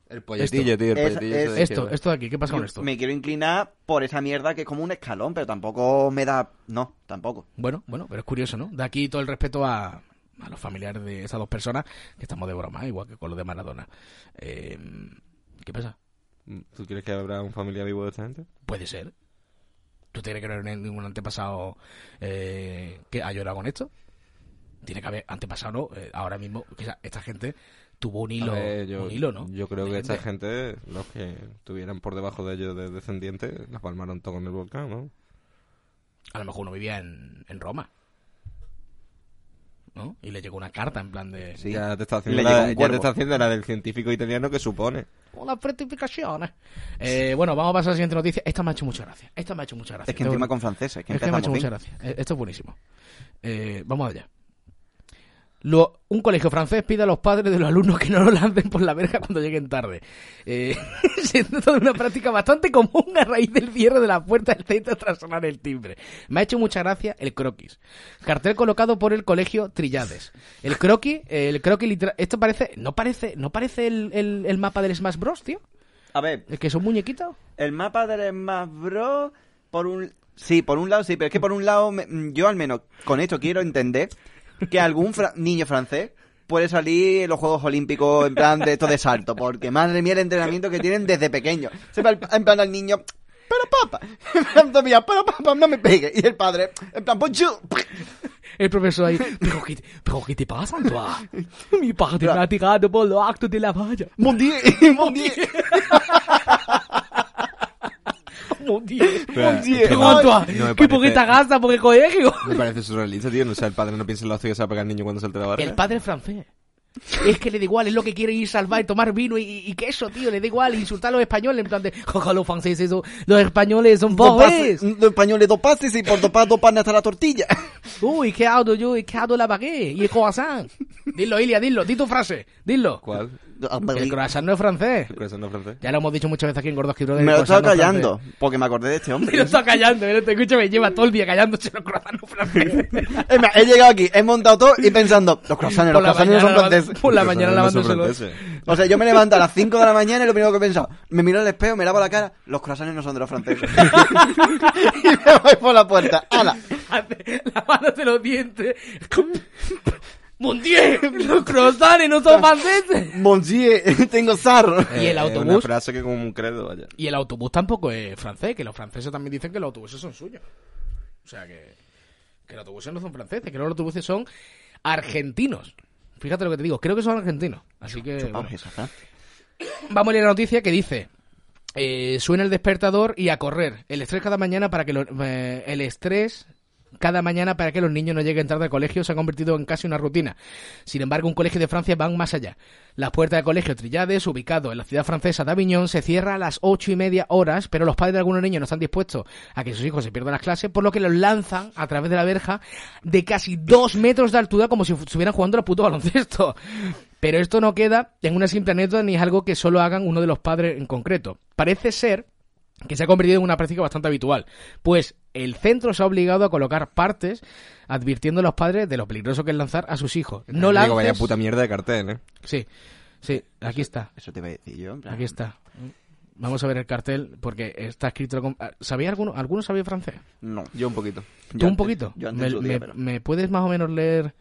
D: El polletillo, tío, el
B: Es-
D: polletillo.
B: es-
D: ese de
C: esto,
D: izquierda.
C: esto de aquí. ¿Qué pasa con
B: Yo
C: esto?
B: Me quiero inclinar por esa mierda que es como un escalón, pero tampoco me da... No, tampoco.
C: Bueno, bueno, pero es curioso, ¿no? De aquí todo el respeto a, a los familiares de esas dos personas, que estamos de broma, ¿eh? igual que con los de Maradona. Eh, ¿Qué pasa?
D: ¿Tú crees que habrá un familiar vivo de esta gente?
C: Puede ser. ¿Tú te crees que no hay ningún antepasado eh, que ha llorado con esto? Tiene que haber antepasado, ¿no? Eh, ahora mismo, que esa- esta gente tuvo un hilo,
D: A ver, yo,
C: un hilo ¿no?
D: yo creo
C: De
D: que esta gente, los que tuvieran por debajo de ellos de descendientes, las palmaron todo en el volcán, ¿no?
C: A lo mejor uno vivía en, en Roma. ¿No? Y le llegó una carta en plan de...
B: Sí.
D: Ya te está haciendo,
B: Le llegó
D: la,
B: un
D: ya
B: cuervo.
D: te está haciendo la del científico italiano que supone.
C: Las certificaciones. Eh, bueno, vamos a pasar a la siguiente noticia. Esta me ha hecho mucha gracia. Esta me ha hecho mucha gracia.
B: Es que
C: Tengo-
B: encima con franceses, que
C: es que me ha
B: empezamos
C: hecho mucha
B: bien.
C: gracia. Eh, Esto es buenísimo. Eh, vamos allá. Lo- un colegio francés pide a los padres de los alumnos que no lo lancen por la verja cuando lleguen tarde. Eh, se trata de una práctica bastante común a raíz del cierre de la puerta del centro tras sonar el timbre. Me ha hecho mucha gracia el croquis. Cartel colocado por el colegio Trillades. El croquis, eh, el croquis literal. Esto parece, no parece, no parece el, el- el mapa del Smash Bros, tío.
B: A ver,
C: ¿Es que son muñequitos?
B: El mapa del Smash Bros. Por un... Sí, por un lado sí, pero es que por un lado me- mm, yo al menos con esto quiero entender que algún fra- niño francés puede salir en los Juegos Olímpicos en plan de esto de salto, porque madre mía el entrenamiento que tienen desde pequeño. Se va el- en plan al niño, pero papá, en plan, todavía, pero papá, no me pegue. Y el padre, en plan, "Pues poncho.
C: El profesor ahí, pero ¿qué, pero qué te pasa, Antoine? Mi padre me ha tirado por los actos de la valla.
B: Mon Dieu, mon Dieu.
C: Mon Dieu,
D: Pero-
C: mon Dieu.
D: es que
C: Pero,
D: no-
C: Antoine,
D: no me
C: ¿qué por qué te
D: parece-
C: agasta por el colegio?
D: Me parece surrealista, tío. No sé, el padre no piensa en los hostias que se va a pegar el niño cuando salte la barra.
C: El padre es francés. Es que le da igual, es lo que quiere ir salvar y tomar vino y, y queso, tío. Le da igual insultar a los españoles en plan de, "Jojo, los franceses, son- los españoles son
B: Dos
C: pobres.
B: pases, Los españoles dos pases y por dos pases, dos panes hasta la tortilla.
C: Uy, ¿qué hago yo? ¿Y ¿Qué hago la baguette? ¿Y el croissant? Dilo, Ilia, dilo, di tu frase, dilo.
D: ¿Cuál?
C: El croissant no es francés.
D: ¿El corazón no francés?
C: Ya lo hemos dicho muchas veces aquí en Gordos Quiroga.
B: Me lo estaba callando, porque me acordé de este
C: Y lo
B: hombre.
C: está callando, ¿eh? te escucha, me lleva todo el día callándose los croissants franceses.
B: Es más, he llegado aquí, he montado todo y pensando, los croissants, los croissants no son
C: lava-
B: franceses.
C: por la
D: Los
C: mañana
D: croissants no
C: lavándose
D: son
C: los...
D: franceses.
B: O sea, yo me levanto a las 5 de la mañana y lo primero que he pensado, me miro al espejo, me lavo la cara, los croissants no son de los franceses. y me voy por la puerta, ¡hala!
C: Hace- Lavándose los dientes. ¡Mon Dieu! Los croissants no son franceses.
B: Monsieur, tengo sarro.
C: Y el
D: Eh,
C: autobús.
D: Una frase que como un credo, vaya.
C: Y el autobús tampoco es francés, que los franceses también dicen que los autobuses son suyos. O sea que. Que los autobuses no son franceses, que los autobuses son argentinos. Fíjate lo que te digo, creo que son argentinos. Así que. bueno.
B: Vamos, eso, Fran.
C: Vamos a leer la noticia que dice. eh, suena el despertador y a correr. El estrés cada mañana para que lo- eh, el estrés cada mañana para que los niños no lleguen tarde al colegio se ha convertido en casi una rutina. Sin embargo, un colegio de Francia van más allá. Las puertas del colegio Trillades, ubicado en la ciudad francesa de Avignon, se cierra a las ocho y media horas, pero los padres de algunos niños no están dispuestos a que sus hijos se pierdan las clases, por lo que los lanzan a través de la verja de casi dos metros de altura como si fu- estuvieran jugando al puto baloncesto. Pero esto no queda en una simple anécdota ni es algo que solo hagan uno de los padres en concreto. Parece ser que se ha convertido en una práctica bastante habitual. Pues el centro se ha obligado a colocar partes advirtiendo a los padres de lo peligroso que es lanzar a sus hijos. No lances...
D: Digo, vaya puta mierda de cartel, ¿eh?
C: Sí, sí, aquí está,
B: Eso te iba a decir yo. en plan,
C: aquí está. Vamos a ver el cartel porque está escrito... con- ¿Sabía alguno? ¿Alguno sabía francés?
B: No.
D: Yo un poquito.
C: ¿Tú
B: Yo
C: un
B: antes-
C: poquito?
B: Yo antes
C: ¿Me,
B: lo odiaba,
C: me-
B: pero-
C: me puedes más o menos leer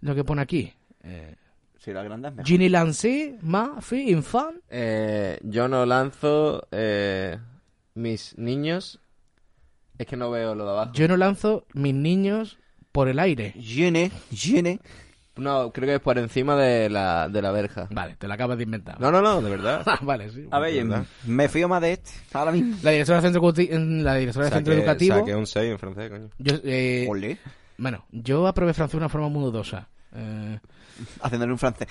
C: lo que pone aquí? Eh,
B: Si lo agrandas, mejor.
C: Gini Lancy, ma, fi, infant.
D: Eh, yo no lanzo eh, mis niños. Es que no veo lo de abajo.
C: Yo no lanzo mis niños por el aire.
B: Gene, Gene.
D: No, creo que es por encima de la, de la verja.
C: Vale, te lo acabas de inventar.
D: No, no, no, de verdad.
C: Ah, vale, sí.
B: A ver,
D: ¿Verdad?
B: me fío más de este. Ahora mismo.
C: La directora del centro, culti- en la directora del centro
D: Saqué-
C: educativo.
D: saqué un 6 en francés, coño.
C: Yo, eh,
B: Olé.
C: bueno, yo aprobé francés de una forma muy dudosa. Eh,
B: Haciéndole un francés.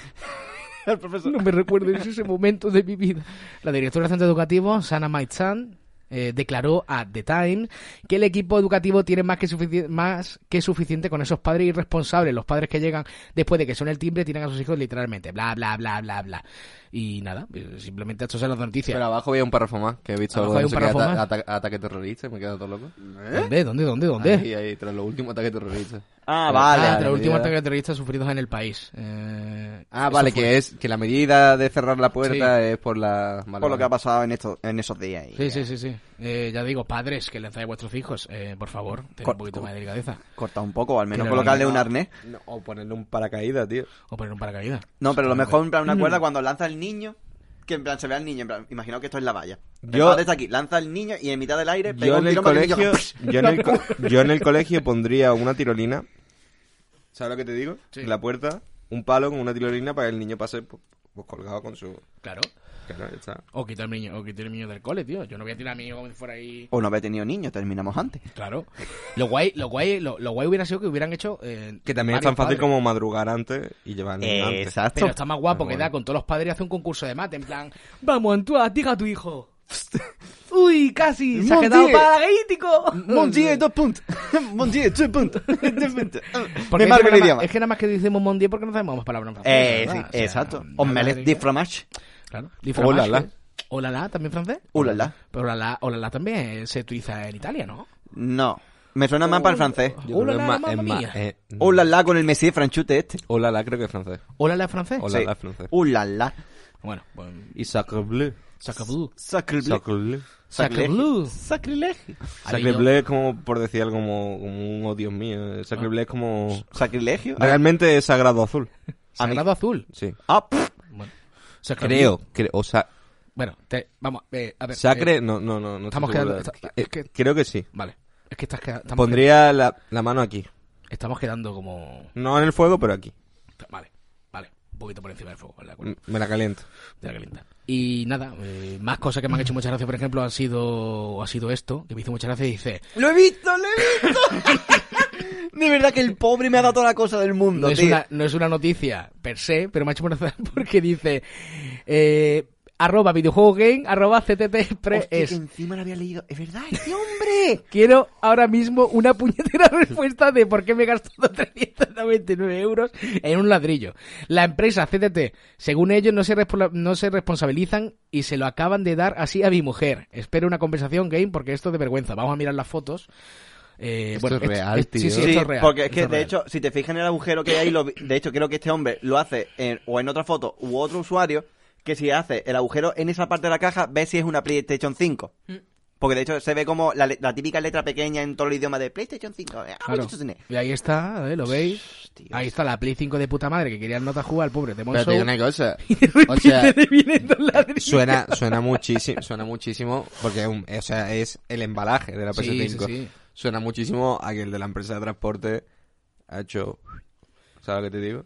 B: Al profesor.
C: no me recuerdo en ese momento de mi vida. La directora del centro educativo, Sana Maizan, eh, declaró a The Times que el equipo educativo tiene más que, sufici- más que suficiente con esos padres irresponsables, los padres que llegan después de que son el timbre, tiran a sus hijos literalmente, bla, bla, bla, bla, bla. Y nada, eh, simplemente esto son las noticias.
D: Pero abajo había un párrafo más, que he visto
C: Abajo
D: algo de
C: hay
D: eso
C: un
D: que
C: párrafo
D: ata-
C: más.
D: ata- ataque terrorista y me quedo todo loco.
C: ¿Dónde, dónde, dónde, dónde?
D: ¿eh? Ahí, ahí, tras los últimos ataques terroristas.
B: Ah, vale.
C: Ah, tras
D: la
C: los últimos
D: medida-
C: ataques terroristas sufridos en el país. Eh,
D: Ah,
C: eso
D: vale,
C: fue.
D: que es que la medida de cerrar la puerta es por la... vale,
B: Por lo
D: vale.
B: que ha pasado en, estos, en esos días. y-
C: Sí, sí, sí, sí. Eh, ya digo, padres, que lanzáis a vuestros hijos, eh, por favor, tened
B: Cor-
C: un poquito
B: cor-
C: más de delicadeza.
B: Corta un poco, o al menos
C: Pero
B: colocarle
D: no.
B: un arnés.
D: No, o ponerle un paracaídas, tío.
C: O poner un paracaídas.
B: No, pero lo mejor, en plan, una
D: Mm.
B: cuerda cuando lanza el niño. Que en plan se vea al niño, en plan, imagino que esto es la valla. El
D: Yo-
B: padre está aquí, lanza al niño y en mitad del aire pega
D: Yo
B: un
D: en el
B: tiro para que el niño
D: colegio...
B: haga
D: Yo en el, co- yo en el colegio pondría una tirolina. ¿Sabes lo que te digo?
C: Sí.
D: En la puerta, un palo con una tirolina para que el niño pase pues, pues, colgado con su...
C: Claro.
D: Claro, ya está.
C: O quitar el niño, o quitar el niño del cole, tío. Yo no voy a tirar a mi hijo como si fuera ahí.
B: O no haber tenido niño, terminamos antes.
C: Claro. Lo guay, lo guay, lo, lo guay hubiera sido que hubieran hecho. eh,
D: Que también es
C: varios
D: tan fácil
C: padres.
D: como madrugar antes y llevar al niño antes.
C: Pero está más guapo que da con todos los padres y hace un concurso de mate. En plan, vamos, Antoine, diga a tu hijo. Uy, casi, se ha quedado
B: Montiel.
C: paragaítico.
B: Mon Dieu, dos puntos. Mon Dieu, tres puntos. Tres puntos.
C: Porque
B: Me
C: es que
B: marco el
C: nada más-
B: idioma.
C: Es que nada más que decimos mon Dieu porque no sabemos más palabras en francés.
B: Eh, sí,
C: ¿verdad? O sea,
B: exacto.
C: nada
B: Omelette
C: de-
B: de fromage.
C: Claro.
D: Hola,
C: Hola,
D: la.
C: la. Hola, la, también francés.
B: Ulala.
C: Pero hola, la, hola, la también eh, se utiliza en Italia, ¿no?
B: No. Me suena más para el francés.
D: Yo
C: Hola,
D: creo que
C: la,
D: es más-
C: mamma
D: es más-
C: mía.
D: eh,
B: Hola, la con el Messi de Franchute este.
D: Hola, la creo que es francés.
C: Hola, la francés.
D: Hola, la es francés.
B: Ulala.
C: Bueno, pues.
D: Y sacre bleu.
C: Sacre bleu.
B: Sacre bleu.
D: Sacre bleu.
C: Sacre
B: Sacrilege.
C: bleu.
E: Sacrilegio.
D: Sacre
C: Adiós.
D: bleu es como, por decir algo, como, como un oh Dios mío. Sacre bleu es como...
B: Sacrilegio.
D: Realmente es sagrado azul.
C: Sagrado azul.
D: Sí.
B: Ah, pff.
C: Bueno. Sacre
D: Creo. Eh,
C: bleu.
D: cre- o sea,
C: Bueno, te, vamos, eh, a ver.
D: sacre...
C: eh,
D: No, no, no. no estoy
C: estamos
D: seguro.
C: quedando-
D: Eh,
C: es que-
D: Creo que sí.
C: vale. Es que estás queda- estamos,
D: Pondría la, la mano aquí.
C: qued- estamos quedando como.
D: No en el fuego, pero aquí.
C: Vale, vale. Un poquito por encima del fuego, ¿vale?
D: M- Me la caliento.
C: de la calienta. Y nada, eh, más cosas que me han hecho mucha gracia, por ejemplo, ha sido, ha sido esto, que me hizo mucha gracia y dice,
B: Lo he visto, lo he visto. de verdad que el pobre me ha dado toda la cosa del mundo,
C: no, es
B: tío.
C: una, no es una noticia per se, pero me ha hecho gracia porque dice, eh, arroba videojuego game, arroba CTT pre-
B: Hostia,
C: es.
B: que encima lo había leído. Es verdad, este hombre.
C: Quiero ahora mismo una puñetera respuesta de por qué me he gastado 399 euros en un ladrillo. La empresa CTT, según ellos, no se, respo- no se responsabilizan y se lo acaban de dar así a mi mujer. Espero una compensación, Game, porque esto es de vergüenza. Vamos a mirar las fotos. Eh,
D: Esto es real,
C: sí,
D: tío.
C: Sí,
B: Sí,
C: esto es real.
B: porque es
C: esto
B: que de
C: real.
B: hecho, si te fijas en el agujero que hay, ahí, lo vi- de hecho creo que este hombre lo hace en- o en otra foto u otro usuario, que si hace el agujero en esa parte de la caja, ve si es una PlayStation 5. Porque de hecho se ve como la, le- la típica letra pequeña en todo el idioma de PlayStation 5. eh, ah,
C: Claro.
B: muchachos, eh.
C: Y ahí está, ¿eh? ¿lo veis? Ahí está la Play 5 de puta madre que querían nota jugar al pobre de
D: Pero te digo
C: Monsoon.
D: una cosa.
C: Y de repente
D: O sea, eh,
C: le vienen dos ladrillos.
D: Suena, suena muchísimo, suena muchísimo, porque es, un- o sea, es el embalaje de la
C: Sí, sí,
D: PS5.
C: sí.
D: Suena muchísimo a que el de la empresa de transporte ha hecho... ¿Sabes lo que te digo?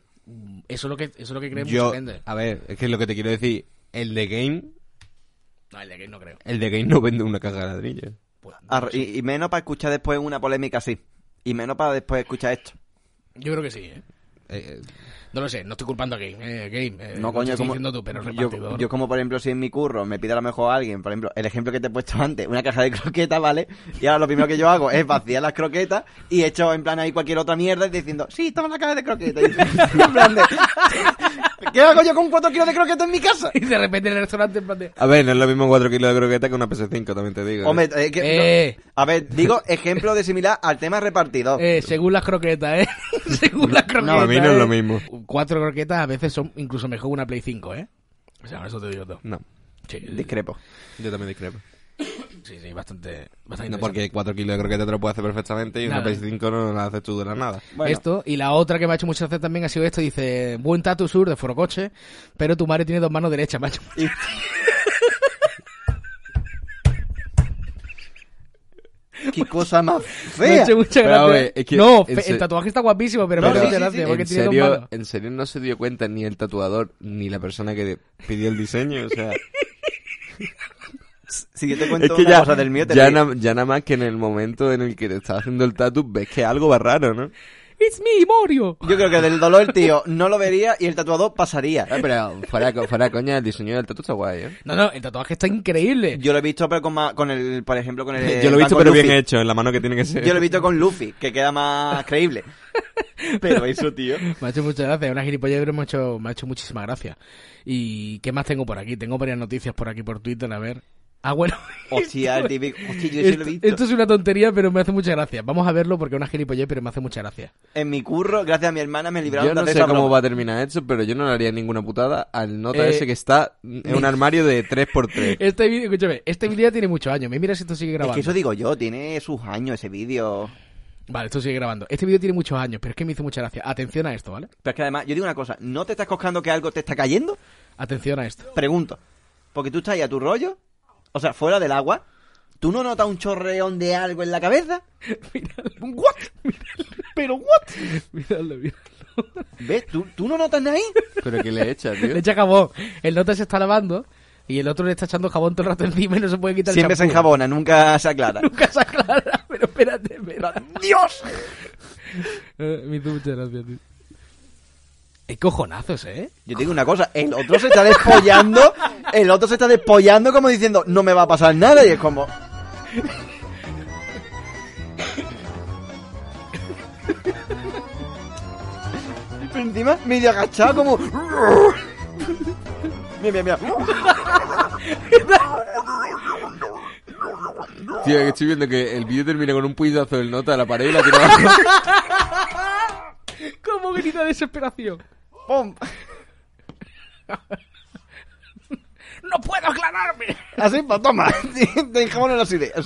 C: Eso es lo que, eso es lo que cree
D: Yo,
C: mucha gente.
D: a ver, es que lo que te quiero decir, el de Game,
C: No, el de Game no creo.
D: el de Game no vende una caja de ladrillos.
C: Pues,
B: Ar- y, y menos para escuchar después una polémica así. Y menos para después escuchar esto.
C: yo creo que sí, ¿eh?
D: Eh, eh,
C: No lo sé, no estoy culpando a Game. eh, Game eh,
B: No,
C: lo
B: coño,
C: estoy
B: como,
C: diciendo tú, pero el
B: yo,
C: repartidor.
B: yo como por ejemplo si en mi curro me pide a lo mejor alguien, por ejemplo, el ejemplo que te he puesto antes, una caja de croquetas, ¿vale? Y ahora lo primero que yo hago es vaciar las croquetas y echo en plan ahí cualquier otra mierda y diciendo, sí, toma la caja de croquetas. Y en plan de, ¿Qué hago yo con 4 kilos de croqueta en mi casa?
C: Y de repente en el restaurante en plan de...
D: A ver, no es lo mismo 4 kilos de croqueta que una PS5, también te digo. ¿eh?
B: Hombre, eh, que- no.
C: Eh.
B: A ver, digo ejemplo de similar al tema repartidor.
C: Eh, según las croquetas, ¿eh? según las croquetas.
D: a mí no es
C: ¿eh?
D: lo mismo.
C: Cuatro croquetas a veces son incluso mejor que una Play 5, ¿eh? O sea, eso te digo todo.
D: No,
C: Sí,
B: Discrepo.
D: yo también discrepo.
C: sí, sí, bastante, bastante
D: No,
C: interesante.
D: porque 4 kilos de croqueta te lo puedes hacer perfectamente y una
C: Nada.
D: PS5 no la haces tú de la nada.
B: Bueno.
C: Esto, y la otra que me ha hecho muchas veces también ha sido esto, dice, buen tatu sur de forocoche, pero tu madre tiene dos manos derechas, macho.
B: Qué cosa más
C: Me ha
B: fea.
C: hecho mucha
D: Pero,
C: gracia.
D: hombre, es que-
C: no,
D: en
C: fe-
D: se-
C: el tatuaje está guapísimo, pero,
D: Pero
C: me ha hecho
B: sí,
C: mucha
B: sí,
C: gracia,
B: sí.
C: porque
D: en,
C: tiene dos
D: serio,
C: manos.
D: en serio no se dio cuenta ni el tatuador ni la persona que de- pidió el diseño. O sea,
B: Si yo te
D: es
B: cuento
D: que
B: una
D: ya,
B: cosa del mío, te
D: ya,
B: ríes.
D: na- ya nada más que en el momento en el que te estás haciendo el tatu, ves que algo va raro, ¿no?
C: It's me, Morio.
B: Yo creo que del dolor el tío no lo vería y el tatuador pasaría.
D: Ah, pero fuera, co- fuera coña, el diseño del tatu está guay, ¿eh?
C: No, no, el tatuaje está increíble.
B: Yo lo he visto, pero con, ma- con el, por ejemplo, Eh, con el.
D: Yo lo he visto,
B: Banco
D: pero
B: Luffy.
D: bien hecho, en la mano que tiene que ser.
B: Yo lo he visto con Luffy, que queda más creíble. Pero eso, tío.
C: Me ha hecho muchas gracias, una gilipollez, pero me ha hecho, me ha hecho muchísimas gracias. ¿Y qué más tengo por aquí? Tengo varias noticias por aquí por Twitter, a ver. Ah, bueno.
B: Hostia, el típico. Hostia, yo sí lo
C: Esto,
B: he visto.
C: esto es una tontería, pero me hace mucha gracia. Vamos a verlo porque es una gilipollez, pero me hace mucha gracia.
B: En mi curro, gracias a mi hermana, me libraron
D: Yo no
B: de
D: sé
B: esa
D: cómo
B: broma.
D: va a terminar eso, pero yo no le haría ninguna putada al nota
C: Eh,
D: ese que está en un armario de 3x3.
C: Este vídeo, escúchame, este vídeo ya tiene muchos años. Me mira si esto sigue
B: Es
C: grabando.
B: que eso digo yo, tiene sus años ese vídeo.
C: Vale, esto sigue grabando. Este vídeo tiene muchos años, pero es que me hizo mucha gracia. Atención a esto, ¿vale?
B: Pero es que además, yo digo una cosa, ¿no te estás coscando que algo te está cayendo?
C: Atención a esto.
B: Pregunto. Porque tú estás ahí a tu rollo, o sea, fuera del agua, ¿tú no notas un chorreón de algo en la cabeza? ¿Un ¿What? ¿Pero what?
C: Miradlo, miradlo.
B: ¿Ves? ¿Tú, tú no notas nada ahí?
D: Pero que le echa, tío.
C: Le echa jabón. El nota se está lavando y el otro le está echando jabón todo el rato encima y no se puede quitar
B: Siempre
C: el
B: se
C: champú.
B: enjabona, nunca se aclara.
C: Nunca se aclara, pero espérate, espérate.
B: ¡Dios!
C: Eh, Me hizo mucha gracia, tío. Es cojonazos, ¿eh?
B: Yo te digo una cosa, el otro se está despollando, el otro se está despollando como diciendo, no me va a pasar nada, y es como... Pero encima medio agachado como... Mira, mira, mira.
D: Tío, que estoy viendo que el vídeo termina con un puñetazo del nota a la pared y la tira abajo.
C: ¿Cómo grita desesperación?
B: ¡Pum!
C: ¡No puedo aclararme!
B: Así, pues toma, dejamos las ideas.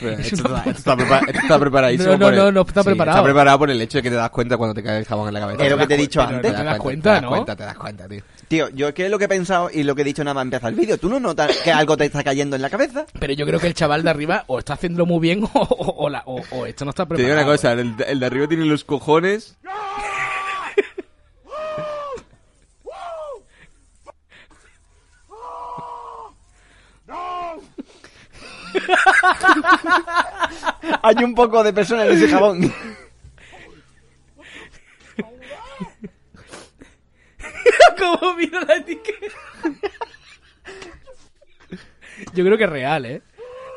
D: Pero
C: Es
D: Esto
C: una-
D: está, esto está prepara- esto está preparadísimo.
C: No, no,
D: por el-
C: no, no está
D: Sí,
C: preparado.
D: Está preparado por el hecho de que te das cuenta cuando te cae el jabón en la cabeza.
B: Es lo que te he
D: das
B: dicho
D: cuenta,
B: antes.
C: Te das
D: te
C: cuenta,
D: das
C: ¿no?
D: cuenta, te das cuenta, tío.
B: Tío, yo es que es lo que he pensado y lo que he dicho nada más empezar el vídeo. ¿Tú no notas que algo te está cayendo en la cabeza?
C: Pero yo creo que el chaval de arriba o está haciéndolo muy bien o, o- o la- o- o esto no está
D: Te digo
C: preparado.
D: una cosa, el, el de arriba tiene los cojones.
B: Hay un poco de persona en ese jabón.
C: ¿Cómo mira la etiqueta? yo creo que es real, ¿eh?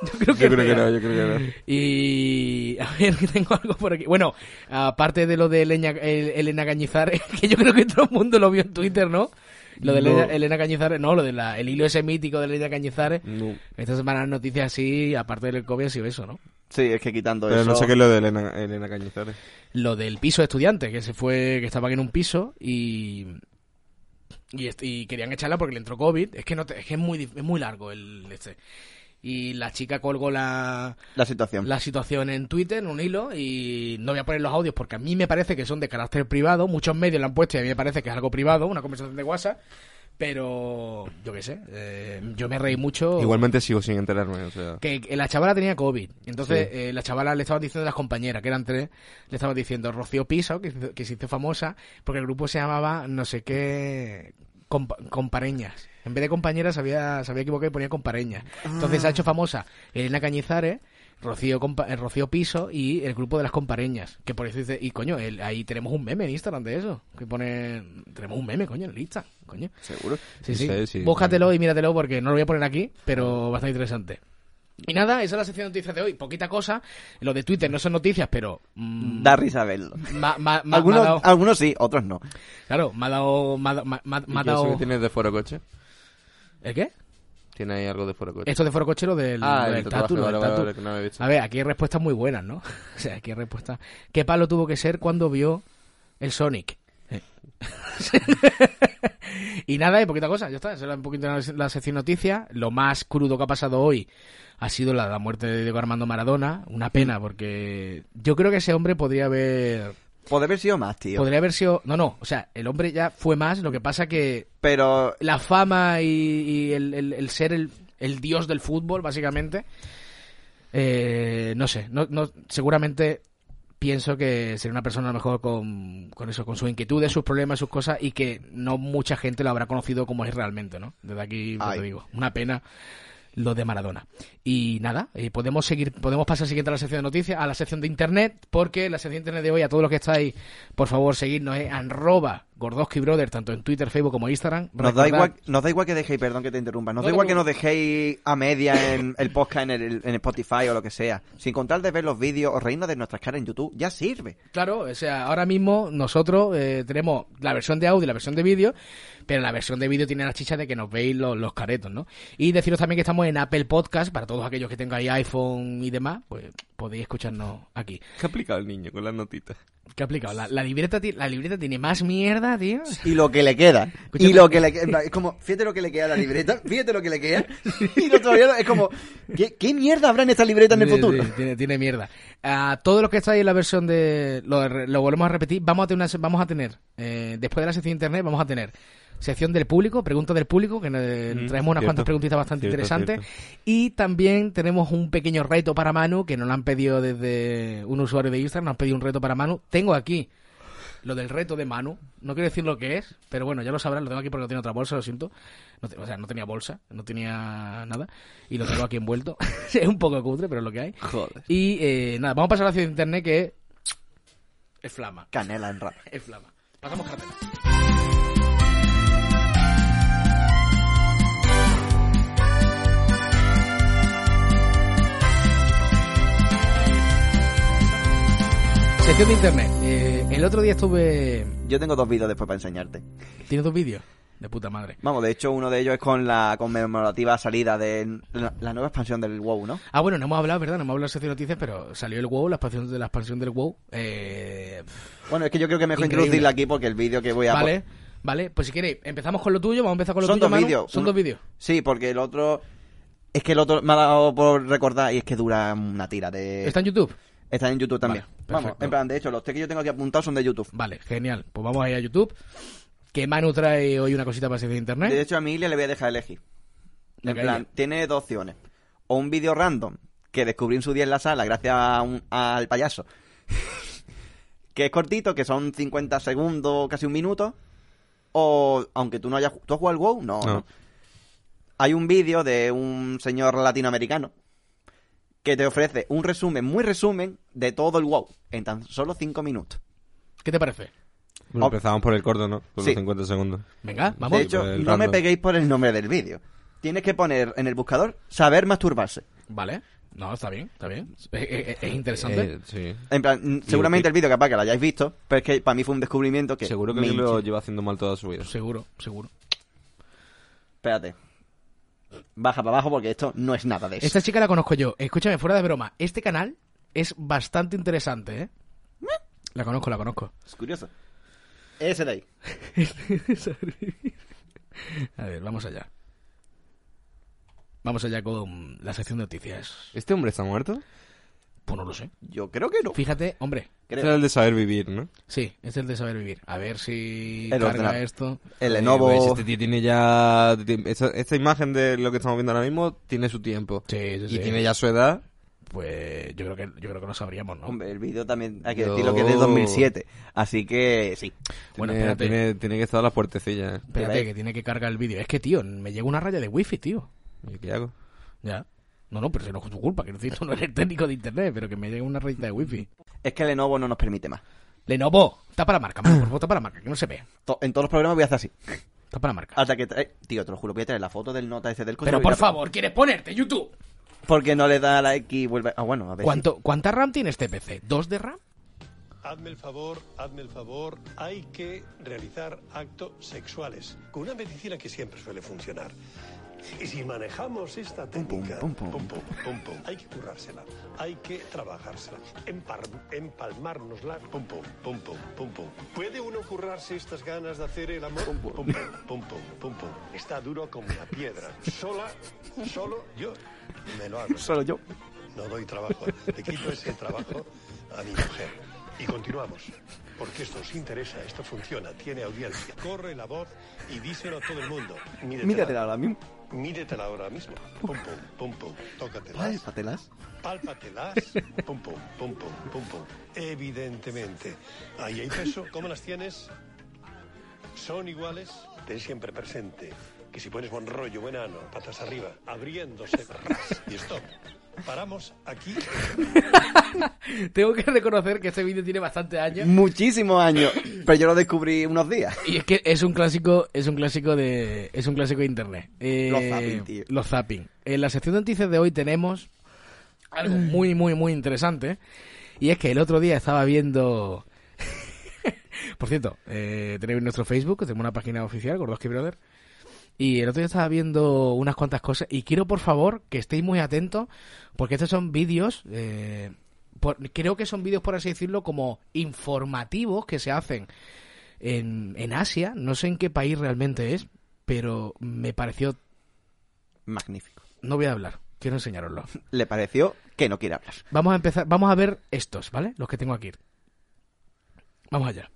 C: Yo creo que
D: Yo
C: es
D: creo que
C: real.
D: no, yo creo que no.
C: Y a ver que tengo algo por aquí. Bueno, aparte de lo de Elena, el- Elena Cañizar, que yo creo que todo el mundo lo vio en Twitter, ¿no? Lo de Elena, Elena Cañizar, no, lo del el hilo ese mítico de Elena Cañizar.
D: No.
C: Esta semana las noticias así, aparte del COVID, ha sido eso, ¿no?
B: Sí, es que quitando
D: Pero
B: eso...
D: no sé qué es lo de Elena, Elena Cañizares.
C: Lo del piso de estudiantes, que se fue, que estaban en un piso y. Y, est- y querían echarla porque le entró COVID. Es que, no te- es, que es, muy, dif- es muy largo el este. Y la chica colgó la,
B: La situación.
C: la situación en Twitter, en un hilo, y no voy a poner los audios porque a mí me parece que son de carácter privado, muchos medios lo han puesto y a mí me parece que es algo privado, una conversación de WhatsApp, pero yo qué sé, eh, yo me reí mucho.
D: Igualmente sigo sin enterarme, o sea.
C: Que que la chavala tenía COVID. Entonces,
D: Sí.
C: eh, la chavala le estaban diciendo a las compañeras, que eran tres, le estaban diciendo Rocío Piso, que, se hizo- que se hizo famosa, porque el grupo se llamaba no sé qué. compa- compareñas. En vez de compañeras, había, se había equivocado y ponía compareñas. Entonces, se ha hecho famosa Elena Cañizares. Rocío, Compa- eh, Rocío Piso y el grupo de las compareñas. Que por eso dice, y coño, el- ahí tenemos un meme en Instagram de eso. Que pone, tenemos un meme, coño, en lista, coño.
D: ¿Seguro?
C: Sí, sí.
D: sé, sí.
C: Búscatelo y míratelo porque no lo voy a poner aquí, pero bastante interesante. Y nada, esa es la sección de noticias de hoy. Poquita cosa. Lo de Twitter no son noticias, pero. mm,
B: Da risa verlo.
C: ma- ma- ma- me ha dado-
B: Algunos, algunos sí, otros no.
C: Claro, me ha dado. Me ha dado- me ha- me ha
D: ¿Y eso
C: dado-
D: que tienes de foro coche?
C: ¿El qué?
D: ¿Tiene ahí algo de foro coche?
C: Esto de foro cochero del,
D: Ah,
C: del
D: el tatuaje,
C: tatu, ¿no?
D: vale,
C: Del
D: vale,
C: tatu.
D: vale, que no lo he visto.
C: A ver, aquí hay respuestas muy buenas, ¿no? O sea, aquí hay respuestas. ¿Qué palo tuvo que ser cuando vio el Sonic? Eh. y nada, y poquita cosa, ya está. Esa era un poquito la, la sección noticia. Lo más crudo que ha pasado hoy ha sido la, la muerte de Diego Armando Maradona. Una pena, porque yo creo que ese hombre podría haber.
B: Puede haber sido más, tío.
C: Podría haber sido. No, no, o sea, el hombre ya fue más. Lo que pasa que
B: Pero
C: la fama y, y el, el- el ser el, el dios del fútbol, básicamente. Eh, no sé, no, no- seguramente pienso que sería una persona a lo mejor con, con eso, con sus inquietudes, sus problemas, sus cosas, y que no mucha gente lo habrá conocido como es realmente, ¿no? Desde aquí pues,
B: Ay.
C: te digo, una pena lo de Maradona. Y nada, eh, podemos seguir, podemos pasar siguiente a la sección de noticias, a la sección de internet, porque la sección de internet de hoy, a todos los que estáis, por favor, seguidnos, eh, arroba Gordoski Brother, tanto en Twitter, Facebook como Instagram.
B: nos da,
C: Recordad-
B: igual, nos da igual que dejéis, perdón que te interrumpa, nos
C: No
B: da
C: te
B: igual que nos dejéis a media en el podcast, en, el, en Spotify o lo que sea. Sin contar de ver los vídeos o reírnos de nuestras caras en YouTube, ya sirve.
C: Claro, o sea, ahora mismo nosotros eh, tenemos la versión de audio y la versión de vídeo, pero la versión de vídeo tiene la chicha de que nos veis los, los caretos, ¿no? Y deciros también que estamos en Apple Podcast, para todos aquellos que tengáis iPhone y demás, pues podéis escucharnos aquí.
D: ¿Qué ha aplicado el niño con las notitas?
C: ¿Qué ha aplicado? La, la libreta, ti- la libreta tiene más mierda, tío.
B: Y lo que le queda.
C: Escúchame.
B: Y lo que le queda. Es como, fíjate lo que le queda a la libreta, fíjate lo que le queda. Y lo todavía no- es como, ¿qué, qué mierda habrá en esta libreta en el
C: Sí,
B: futuro?
C: sí, tiene, tiene mierda. A todos los que estáis en la versión de. Lo, lo volvemos a repetir. Vamos a tener, una se- vamos a tener eh, después de la sección de internet, vamos a tener sección del público, preguntas del público, que eh, traemos
D: Mm,
C: unas
D: cierto.
C: cuantas preguntitas bastante
D: Cierto,
C: interesantes. Y también tenemos un pequeño reto para Manu, que nos lo han pedido desde un usuario de Instagram, nos han pedido un reto para Manu. Tengo aquí lo del reto de Manu. No quiero decir lo que es, pero bueno, ya lo sabrán. Lo tengo aquí porque no tenía otra bolsa, lo siento. No te- o sea, no tenía bolsa, no tenía nada. Y lo tengo aquí envuelto. es un poco cutre, pero es lo que hay.
D: Joder.
C: Y eh, nada, vamos a pasar a la ciudad de internet que es flama.
B: Canela en rap.
C: Es flama. Pasamos carpeta. Sección de internet. Eh, el otro día estuve.
B: Yo tengo dos vídeos después para enseñarte.
C: ¿Tienes dos vídeos? De puta madre.
B: Vamos, de hecho, uno de ellos es con la conmemorativa salida de la, la nueva expansión del WoW, ¿no?
C: Ah, bueno, no hemos hablado, ¿verdad? No hemos hablado de sección de noticias, pero salió el WoW, la expansión, de la expansión del WoW. Eh,
B: Bueno, es que yo creo que mejor
C: Increíble.
B: introducirla aquí porque el vídeo que voy a
C: vale, vale. Pues si queréis, empezamos con lo tuyo, vamos a empezar con lo
B: Son
C: tuyo.
B: dos
C: Manu.
B: vídeos.
C: Son
B: Uno-
C: dos vídeos.
B: Sí, porque el otro. Es que el otro me ha dado por recordar y es que dura una tira de.
C: ¿Está en YouTube?
B: Está en YouTube también.
C: Vale,
B: Vamos,
C: perfecto.
B: en plan, de hecho, los tres que yo tengo aquí apuntados son de YouTube.
C: Vale, genial. Pues vamos a ir a YouTube. Que Manu trae hoy una cosita para hacer de internet.
B: De hecho, a mi Ilia le voy a dejar elegir. En
C: Ok.
B: plan, tiene dos opciones. O un vídeo random que descubrí en su día en la sala gracias a un- al payaso. que es cortito, que son 50 segundos, casi un minuto. O, aunque tú no hayas... ¿Tú has jugado al WoW? No,
D: No.
B: no. Hay un vídeo de un señor latinoamericano que te ofrece un resumen, muy resumen, de todo el WoW en tan solo 5 minutos.
C: ¿Qué te parece?
B: Bueno,
D: empezamos por el corto, ¿no? Por
B: los Sí.
D: 50 segundos.
C: Venga, vamos.
B: de hecho,
D: pues,
B: no me
D: random.
B: peguéis por el nombre del vídeo. Tienes que poner en el buscador saber masturbarse.
C: Vale. No, está bien, está bien. Es,
D: Eh,
C: es- es interesante.
D: sí.
B: En plan, mm, seguramente el vídeo capaz que lo hayáis visto, pero es que para mí fue un descubrimiento que...
D: Seguro que
B: me
D: él lo
B: hinché.
D: lleva haciendo mal toda su vida.
C: Seguro, seguro.
B: Espérate. Baja para abajo porque esto no es nada de eso.
C: Esta chica la conozco yo. Escúchame, fuera de broma. Este canal es bastante interesante, ¿eh? La conozco, la conozco.
B: Es curioso. Ese de ahí.
C: A ver, vamos allá. Vamos allá con la sección de noticias.
D: ¿Este hombre está muerto?
C: Pues no lo sé.
B: Yo creo que no.
C: Fíjate, hombre.
D: Este era
B: Creo.
D: el de saber vivir, ¿no?
C: Sí, es el de saber vivir. A ver si
B: El
C: carga
B: ordenador.
C: esto.
B: El
D: Eh, pues
B: Lenovo...
D: este tío tiene ya... Esta, esta imagen de lo que estamos viendo ahora mismo tiene su tiempo.
C: Sí, sí,
D: y
C: sí.
D: tiene ya su edad.
C: Pues yo creo que yo creo que lo sabríamos, ¿no?
B: Hombre, el vídeo también hay que
D: Yo-
B: decirlo que es de 2007. Así que sí.
C: Bueno,
D: tiene,
C: espérate.
D: tiene, tiene que estar a las puertecillas. ¿eh?
C: Espérate, que tiene que cargar el vídeo. Es que, tío, me llega una raya de wifi, tío.
D: ¿Y ¿Qué hago?
C: Ya. No, no, pero si no es tu culpa, que decir, tú no eres el técnico de internet, pero que me llega una rayita de wifi.
B: Es que el Lenovo no nos permite más.
C: Lenovo, tapa la marca, mano, por favor, tapa la marca, que no se ve.
B: To- en todos los programas voy a hacer así.
C: Tapa la marca.
B: eh, Hasta que... trae- Tío, te lo juro, voy a traer la foto del nota ese del coche.
C: Pero
B: voy a-
C: por favor, ¿quieres ponerte YouTube?
B: Porque no le da la X y vuelve. Ah, bueno, a ver.
C: ¿Cuánto, ¿Cuánta RAM tiene este PC? ¿Dos de RAM?
F: Hazme el favor, hazme el favor, hay que realizar actos sexuales con una medicina que siempre suele funcionar. Y si manejamos esta técnica,
B: pum, pum, pum.
F: pum, pum, hay que currársela, hay que trabajársela, empar- empalmárnosla, pum, pum, pum, pum, pum, pum. ¿Puede uno currarse estas ganas de hacer el amor? Pum, pum, pum, pum, pum, pum. Está duro como una piedra. Sola, solo yo me lo hago.
B: Solo yo.
F: No doy trabajo. Le quito ese trabajo a mi mujer. Y continuamos. Porque esto os interesa, esto funciona, tiene audiencia. Corre la voz y díselo a todo el mundo. Míretela,
B: Míratela ahora mismo.
F: Míretela ahora mismo. Pum, pum, pum, pum. Tócatela.
B: Pálpatelas.
F: Pálpatelas. Pum, pum, pum, pum, pum, pum. Evidentemente. Ahí hay peso. ¿Cómo las tienes? Son iguales. Ten siempre presente que si pones buen rollo, buen ano, patas arriba, abriéndose. ras, Y stop. Paramos aquí.
C: Tengo que reconocer que este vídeo tiene bastante años.
B: Muchísimos años. Pero yo lo descubrí unos días.
C: Y es que es un clásico, es un clásico de, es un clásico de internet. Eh,
B: Los zapping, tío.
C: los zapping. En la sección de noticias de hoy tenemos algo muy, muy, muy interesante. Y es que el otro día estaba viendo. Por cierto, eh, tenéis nuestro Facebook, tenemos una página oficial, Gordoski Brother. Y el otro día estaba viendo unas cuantas cosas. Y quiero, por favor, que estéis muy atentos, porque estos son vídeos. eh, por- creo que son vídeos, por así decirlo, como informativos que se hacen en, en Asia, no sé en qué país realmente es, pero me pareció...
B: Magnífico.
C: No voy a hablar, quiero enseñaroslo.
B: Le pareció que no quiere hablar.
C: Vamos a empezar, vamos a ver estos, ¿vale? Los que tengo aquí. Vamos allá.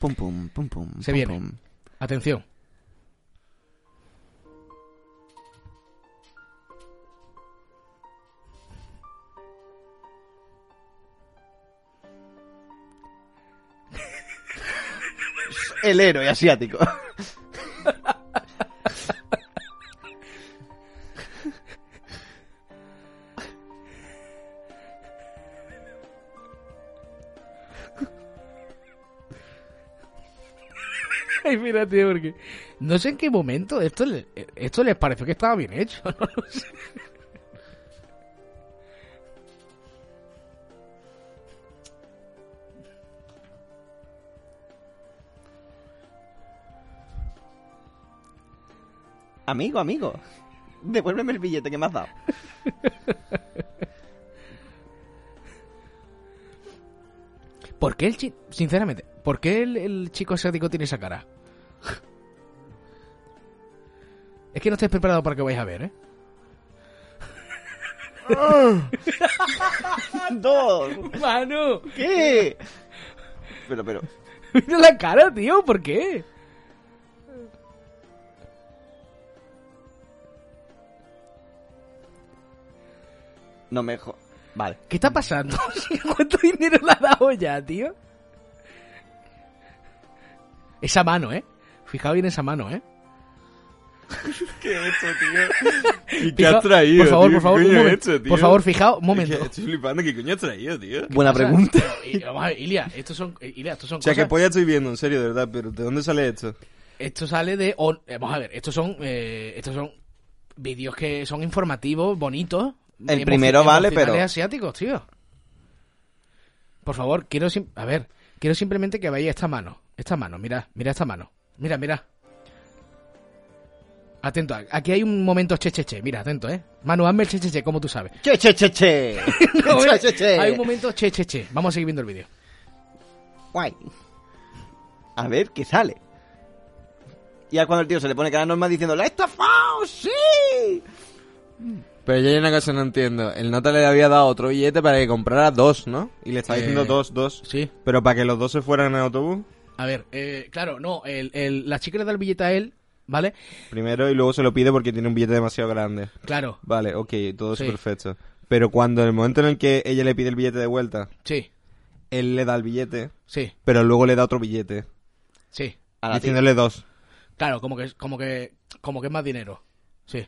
B: Pum, pum, pum, pum.
C: Se
B: pum,
C: viene.
B: pum.
C: Atención.
B: El héroe asiático.
C: Ay, mira, tío, porque... No sé en qué momento esto, le- esto les pareció que estaba bien hecho, no lo sé.
B: Amigo, amigo. Devuélveme el billete que me has dado.
C: ¿Por qué el chico... Sinceramente, ¿por qué el, el chico asiático tiene esa cara? Es que no estáis preparados para lo que vais a ver, ¿eh?
B: ¡Dos!
C: ¡Manu!
B: ¿Qué? Pero, pero.
C: Mira la cara, tío, ¿por qué?
B: No me jo- Vale.
C: ¿Qué está pasando? ¿Cuánto dinero le ha dado ya, tío? Esa mano, ¿eh? Fijaos bien esa mano, ¿eh?
D: ¿Y
C: Fija- Por favor, por favor, un momento. Por favor, fijaos, un momento.
D: Estoy flipando, este, ¿qué coño has traído, tío?
B: Buena
C: pasa?
B: pregunta.
C: Y- Vamos a ver, Ilia, estos son, eh, Ilia, estos son
D: O sea, que
C: cosas...
D: polla estoy viendo, en serio, de verdad, pero ¿de dónde sale esto?
C: Esto sale de... on- eh, Vamos a ver, estos son... eh, estos son vídeos que son informativos, bonitos.
B: El
C: emoci-
B: primero vale, pero-
C: emocionales asiáticos, tío. Por favor, quiero... sim- A ver, quiero simplemente que veáis esta mano. Esta mano, mira, mira esta mano. Mira, mira. Atento, a- aquí hay un momento che, che, che. Mira, atento, ¿eh? Manu, hazme el che, che, che, como tú sabes.
B: Che, che, che, che.
C: No,
B: che,
C: mira,
B: che, che.
C: Hay un momento che, che, che. Vamos a seguir viendo el vídeo.
B: Guay. A ver qué sale. Y ya cuando el tío se le pone cara normal diciendo, ¡La he estafado! ¡Sí!
D: Pero yo hay una cosa que no entiendo. El nota le había dado otro billete para que comprara dos, ¿no? Y le está
C: Eh,
D: diciendo dos, dos.
C: sí.
D: Pero para que los dos se fueran en autobús,
C: A ver, eh, claro, no, el, el- la chica le da el billete a él, ¿vale?
D: primero, y luego se lo pide porque tiene un billete demasiado grande.
C: Claro,
D: Vale, ok, todo es
C: Sí.
D: perfecto. Pero cuando en el momento en el que ella le pide el billete de vuelta,
C: sí,
D: él le da el billete,
C: sí,
D: pero luego le da otro billete.
C: sí.
B: A la tía.
D: diciéndole dos.
C: Claro, como que, como que, como que es más dinero. Sí.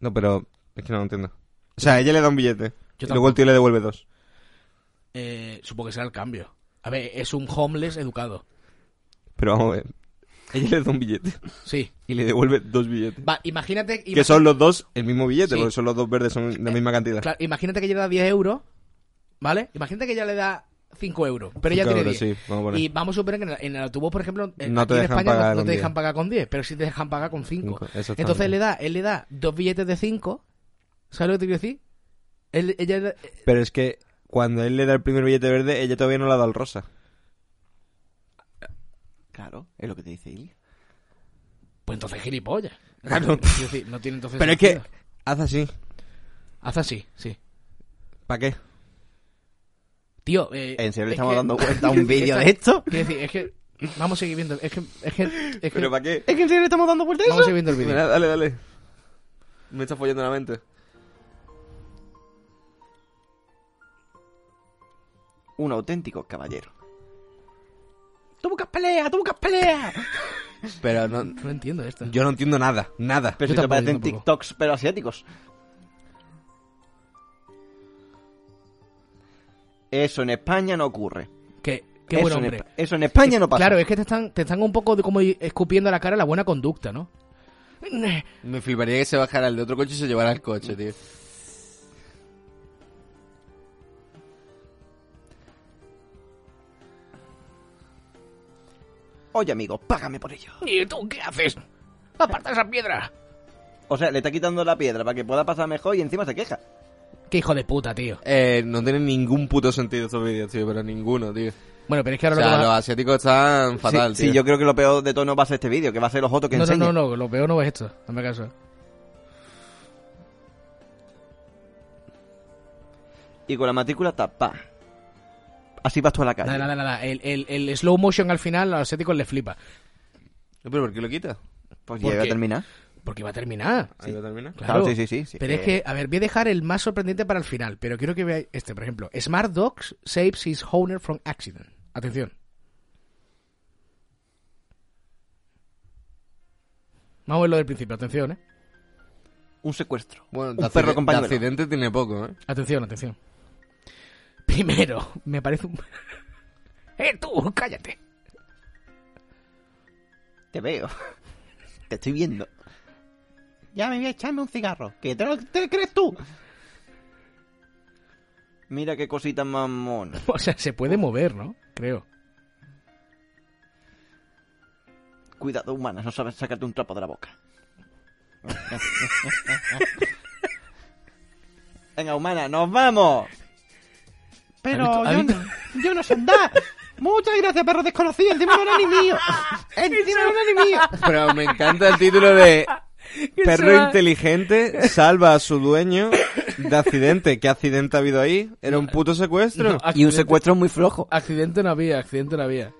D: No, pero es que no lo entiendo. O sea, ella le da un billete.
C: Yo
D: y luego el tío le devuelve dos.
C: Eh, supongo que será el cambio. A ver, es un homeless educado.
D: Pero vamos a ver. Ella le da un billete
C: Sí.
D: y le devuelve dos billetes.
C: Va, imagínate,
D: Que son los dos el mismo billete,
C: Sí.
D: porque son los dos verdes, son la misma cantidad.
C: claro, imagínate que ella le da 10 euros, ¿vale? Imagínate que ella le da 5 euros, pero ella
D: Cinco
C: tiene
D: euros,
C: 10.
D: sí, vamos a poner.
C: y vamos a suponer que en el, en el autobús, por ejemplo, en,
D: No
C: aquí
D: te
C: en
D: dejan
C: España no-
D: pagar
C: no,
D: con
C: te
D: 10.
C: dejan pagar con 10, pero sí te dejan pagar con 5.
D: Cinco, exactamente.
C: Entonces él le da, él le da dos billetes de 5, ¿sabes lo que te quiero decir? Él- ella, le- eh,
D: Pero es que cuando él le da el primer billete verde, ella todavía no le ha dado el rosa.
B: Claro, es lo que te dice Ilia.
C: pues entonces gilipollas.
D: Claro.
C: Quiero decir, no tiene entonces
D: Ah, Pero es que
C: sentido.
D: haz así.
C: Haz así, sí.
D: ¿Para qué?
C: Tío, eh,
B: ¿En serio le
C: es
B: estamos
C: que-
B: dando cuenta a un vídeo
C: Esta-
B: de esto?
C: Quiero decir, es que vamos a seguir viendo, es que es que, es que
D: ¿Pero para qué?
B: ¿Es que en serio le estamos dando vuelta a
C: vamos a
B: eso?
C: seguir viendo el vídeo.
D: Mira, dale, dale. Me está follando la mente.
B: Un auténtico caballero.
E: Tú buscas pelea, tú buscas pelea.
D: Pero no,
C: No entiendo esto.
D: yo no entiendo nada, nada.
B: Pero
C: Yo
B: si te
C: tampoco,
B: parecen
C: yo tampoco.
B: TikToks, pero asiáticos. Eso en España no ocurre.
C: Que, qué
B: eso,
C: buen
B: en
C: hombre.
B: Espa- eso en España no pasa.
C: Claro, es que te están, te están un poco de como escupiendo a la cara la buena conducta, ¿no?
D: Me fliparía que se bajara el de otro coche y se llevara el coche, tío.
B: Oye, amigo, págame por ello.
C: ¿Y tú qué haces? ¡Aparta esa piedra!
B: O sea, le está quitando la piedra para que pueda pasar mejor y encima se queja.
C: ¡Qué hijo de puta, tío!
D: Eh, no tiene ningún puto sentido estos vídeos, tío, pero ninguno, tío.
C: Bueno, pero es que
D: O
C: ahora
D: sea,
C: lo que
D: los
C: va-
D: asiáticos están fatal,
B: sí,
D: tío.
B: yo creo que lo peor de todo no va a ser este vídeo, que va a ser los otros que
C: No, no,
B: enseñan.
C: no, no, lo peor no es esto, no me caso.
B: Y con la matrícula tapa. Así vas tú a la calle.
C: Nada, nada, nada. El, el, el slow motion al final a los asiáticos les flipa.
D: ¿Pero por qué lo quita?
B: Pues
C: ¿Por
B: ya iba a
C: qué?
B: terminar.
C: Porque va a terminar.
D: Ahí va a terminar.
C: Claro,
B: Claro, sí, sí, sí, sí. Eh,
C: Pero es que, a ver, voy a dejar el más sorprendente para el final, pero quiero que veáis este, por ejemplo. Smart Dogs saves his owner from accident. Atención. Vamos a verlo del principio, atención, eh.
B: Un secuestro.
D: Bueno,
B: un
D: de accidente-
B: perro
D: de
B: compañero.
D: accidente tiene poco, ¿eh?
C: Atención, atención. Primero, me parece un... ¡Eh, tú! ¡Cállate!
B: Te veo. Te estoy viendo.
E: Ya me voy a echarme un cigarro. ¿Qué te lo te crees tú?
B: Mira qué cosita más mona.
C: O sea, se puede mover, ¿no? Creo.
B: Cuidado, humanas, no sabes sacarte un trapo de la boca. Venga, humana, nos vamos.
E: Pero
C: ¿Ha
E: yo,
C: visto- ha
E: no, yo no sé andar. Muchas gracias, perro desconocido. El tema no era ni mío. El tema no era ni mío.
D: Pero me encanta el título de
C: se
D: Perro
C: va.
D: inteligente salva a su dueño de accidente. ¿Qué accidente ha habido ahí? ¿Era un puto secuestro?
C: No,
B: Y un secuestro muy flojo.
C: Accidente no había, accidente no había.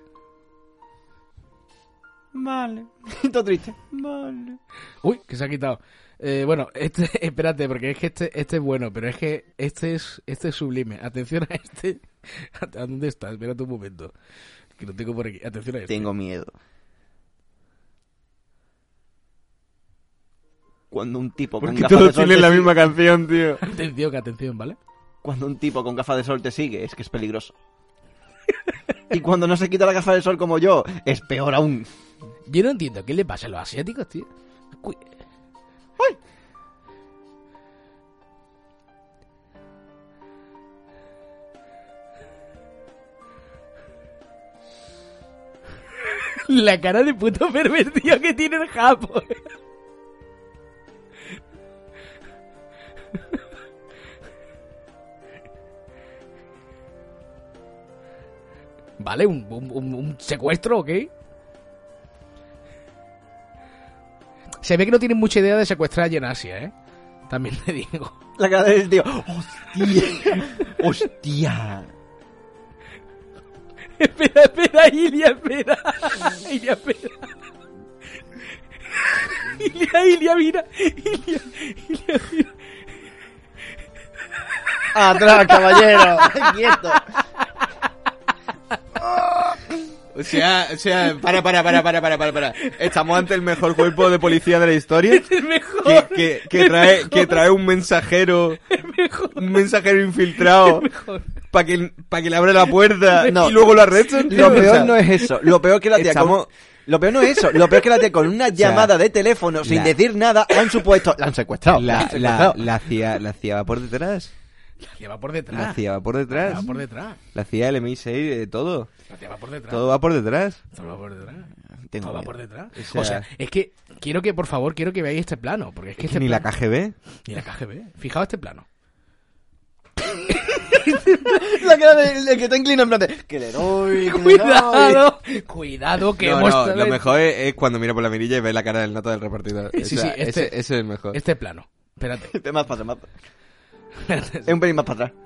E: Vale,
B: Todo triste.
E: vale.
C: Uy, que se ha quitado. Eh, bueno, este, espérate, porque es que este, este es bueno, pero es que este es, este es sublime. Atención a este. ¿A dónde estás? Espérate un momento. Que lo tengo por aquí. Atención a este.
B: Tengo miedo. Cuando un tipo con
D: Porque
B: gafas de
D: todos
B: sol
D: tienen
B: te
D: la
B: sigue-
D: misma canción, tío.
C: Atención, que atención, ¿vale?
B: Cuando un tipo con gafas de sol te sigue, es que es peligroso. Y cuando no se quita la gafa de sol como yo, es peor aún.
C: Yo no entiendo qué le pasa a los asiáticos, tío. Cu- La cara de puto pervertido que tiene el japo. Vale, un, un- un- un secuestro, ¿ok? Se ve que no tienen mucha idea de secuestrar a alguien en Asia, ¿eh? También te digo.
B: La cara del tío. ¡Hostia! ¡Hostia!
C: Espera, espera, Ilia, espera. Ilia, espera. Ilia, Ilia, mira. Ilia, Ilia, mira.
B: ¡Atrás, caballero! ¡Quieto!
D: O sea, o sea, para, para, para, para, para, para, para. Estamos ante el mejor cuerpo de policía de la historia.
C: Es el mejor.
D: Que, que, que trae, que trae un mensajero, un mensajero infiltrado, para que, pa' que le abra la puerta
B: No.
D: y luego lo arrestan. tío.
B: Lo
D: O sea,
B: peor no es eso. Lo peor que la tía.
D: Estamos,
B: con- Lo peor no es eso. Lo peor es que la tía con una llamada de teléfono, sin
D: la-
B: decir nada, han supuesto. La han secuestrado. la han
D: La, la,
B: secuestrado.
D: la CIA, la CIA va por detrás.
C: La tía va por detrás.
D: La CIA va por
C: La tía
D: detrás.
C: Ah. va por detrás.
D: La CIA, el MI6, eh, todo.
C: La tía va por detrás.
D: Todo va por detrás.
C: Todo va por detrás.
B: Tengo
C: Todo va
B: miedo.
C: por detrás. O
D: O
C: sea,
D: sea-
C: es que quiero que, por favor, quiero que veáis este plano. Porque es que, este
D: Ni la
C: plano-
D: KGB.
C: Ni la KGB. Fijaos este plano.
B: La cara de, de que te inclina en plan de, Que le doy. que le doy".
C: Cuidado, eh, cuidado que
D: No,
C: hemos
D: no, lo mejor es, es cuando mira por la mirilla y ve la cara del nota del repartidor.
C: Sí,
D: O sea,
C: sí, este-
D: ese, ese es el mejor.
C: Este plano. Espérate.
B: Ve Este Más para atrás, más para atrás.
C: espérate.
B: Es un pelín más para atrás.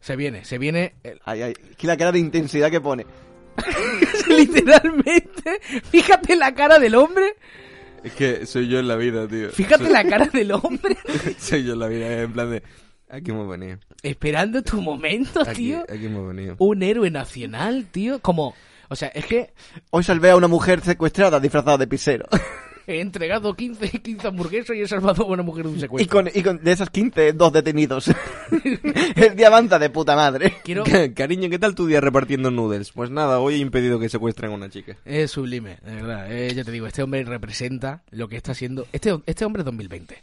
C: se viene, se viene. el-
B: Ay, ay. Es que la cara de intensidad que pone.
C: Literalmente. Fíjate la cara del hombre.
D: Es que soy yo en la vida, tío.
C: Fíjate la cara del hombre.
D: Soy, soy yo en la vida, eh, en plan de... Aquí hemos venido.
C: Esperando tu momento,
D: Aquí, eh.
C: tío. Uh,
D: aquí hemos venido.
C: Un héroe nacional, tío. Como. O sea, es que
B: Hoy salvé a una mujer secuestrada disfrazada de pisero.
C: he entregado 15, 15 hamburguesas y he salvado a una mujer de un
B: Y
C: secuestro.
B: con, y con de esas 15, dos detenidos. El día avanza de puta madre.
C: Quiero.
D: Ca- Cariño, ¿qué tal tu día repartiendo noodles? Pues nada, hoy he impedido que secuestren a una chica.
C: Es sublime, de verdad. Eh, ya te digo, este hombre representa lo que está haciendo. Este, este hombre es 2020.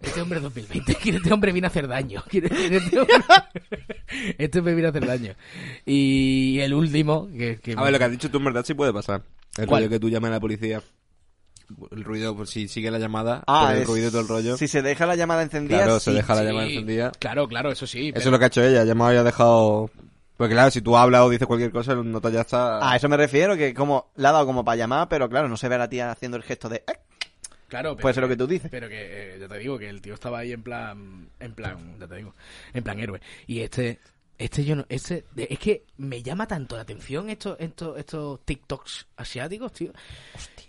C: Este hombre es 2020. Quiere- Este hombre viene a hacer daño. Quiere- quiere- Este hombre, este hombre viene a hacer daño. Y el último, que. que-
D: A ver, lo que has dicho tú en verdad sí puede pasar. El
C: ¿Cuál?
D: rollo que tú llamas a la policía. El ruido, por si sigue la llamada,
C: Ah,
D: por el
B: Ah, es-
D: ruido y todo el rollo.
B: Si se deja la llamada encendida.
D: claro,
B: sí.
D: se deja la
C: Sí,
D: llamada encendida.
C: Claro, claro, eso sí.
D: Eso es lo que ha hecho ella, ha llamado y ha dejado... Porque claro, si tú hablas o dices cualquier cosa, el nota ya
C: Ah,
D: está...
B: A eso me refiero, que como la ha dado como para llamar, pero claro, no se ve a la tía haciendo el gesto de. "Eh".
C: Claro,
D: Pues
B: Puede ser lo que tú dices.
C: Pero que eh, ya te digo que el tío estaba ahí en plan, en plan, ya te digo, en plan héroe. Y este, este yo no, este, de- es que me llama tanto la atención estos, estos, estos TikToks asiáticos, tío.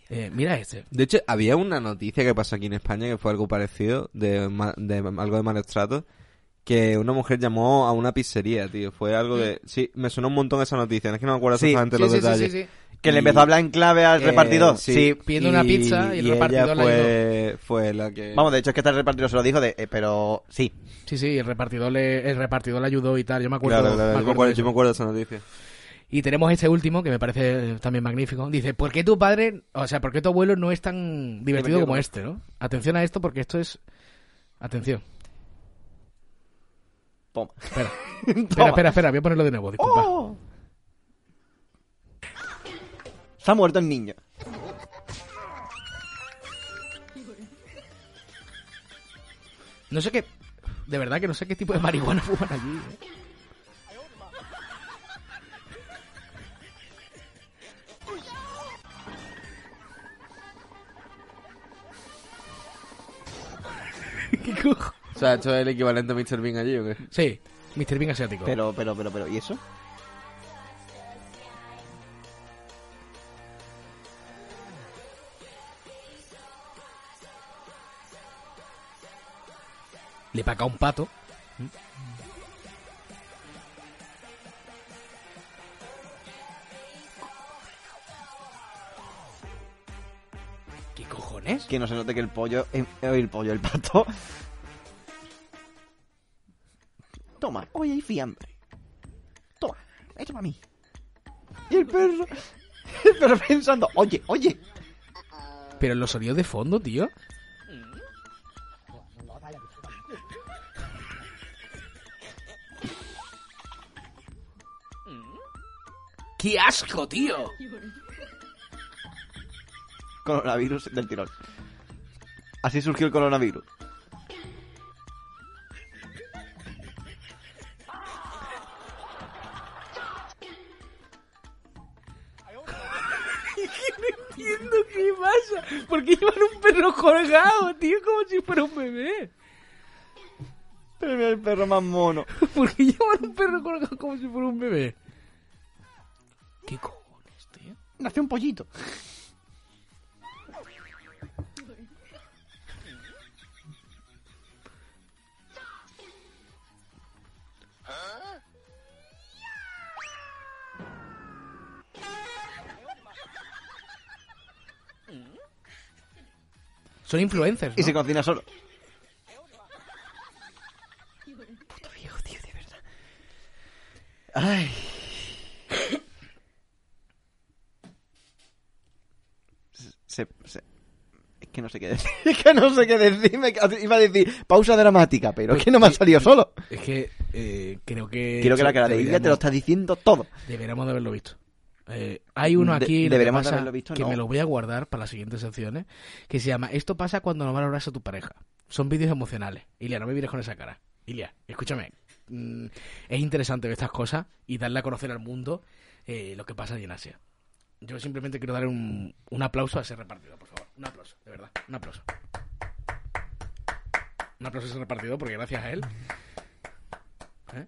C: Eh, mira este.
D: De hecho, había una noticia que pasó aquí en España que fue algo parecido, de, ma- de algo de malos tratos, que una mujer llamó a una pizzería, tío. Fue algo de... Sí, me sonó un montón esa noticia, es que no me acuerdo
B: Sí,
D: exactamente los detalles.
B: Que
D: Y-
B: le empezó a hablar en clave al
D: Eh,
B: repartidor. Sí.
C: pidiendo una pizza y el
D: ella
C: repartidor la
D: fue, fue la que...
B: Vamos, de hecho es que hasta el repartidor se lo dijo de. "Eh, pero sí.
C: Sí, sí, el repartidor le, el repartidor le ayudó y tal, yo me acuerdo.
D: claro, claro,
C: me
D: yo
C: acuerdo
D: me acuerdo-
C: de eso.
D: yo me acuerdo de esa noticia.
C: Y tenemos este último que me parece eh, también magnífico. Dice, ¿por qué tu padre, o sea, por qué tu abuelo no es tan divertido
B: Divertido
C: como
B: como
C: este, no? Atención a esto porque esto es... Atención.
B: Pum.
C: Espera. espera, espera, espera, voy a ponerlo de nuevo, disculpa.
B: ¡Oh! Se ha muerto el niño.
C: No sé qué... De verdad que no sé qué tipo de marihuana fuman allí. ¿eh? ¿Qué cojo?
D: O sea, ¿esto es el equivalente a Mr. Bean allí o qué?
C: Sí, Mr. Bean asiático.
B: Pero, pero, pero, pero, ¿y eso?
C: Le paga un pato. ¿Qué cojones?
B: Que no se note que el pollo. eh, El pollo, el pato. Toma, hoy hay fiambre. Toma, esto para mí. Y el perro. El perro pensando, oye, oye.
C: Pero los sonidos de fondo, tío. ¡Qué asco, tío!
B: Coronavirus del tirón. Así surgió el coronavirus.
C: entiendo qué pasa. ¿Por qué llevan un perro colgado, tío? Como si fuera un bebé.
B: Pero mira el perro más mono.
C: ¿Por qué llevan un perro colgado como si fuera un bebé? ¿Qué cojones, tío?
B: Nació un pollito.
C: Son influencers,
B: Y
C: ¿no?
B: se cocina solo. Ay. se- se- es que no sé qué decir. Es que no sé qué decir. Me ca- iba a decir pausa dramática, pero es que no me ha salido solo.
C: Es que eh, creo que.
B: Quiero que la cara de Ilia te lo
C: deberíamos-
B: está diciendo todo.
C: Deberíamos de haberlo visto. Eh, hay uno
B: De-
C: aquí lo que
B: deberíamos de
C: pasa
B: haberlo visto,
C: que
B: no.
C: me lo voy a guardar para las siguientes secciones, que se llama Esto pasa cuando no valoras a tu pareja. Son vídeos emocionales. Ilia, no me mires con esa cara. Ilia, escúchame. Mm, es interesante ver estas cosas y darle a conocer al mundo eh, lo que pasa allí en Asia. Yo simplemente quiero dar un, un aplauso a ese repartido, por favor. Un aplauso, de verdad. Un aplauso. Un aplauso a ese repartido porque gracias a él. ¿Eh?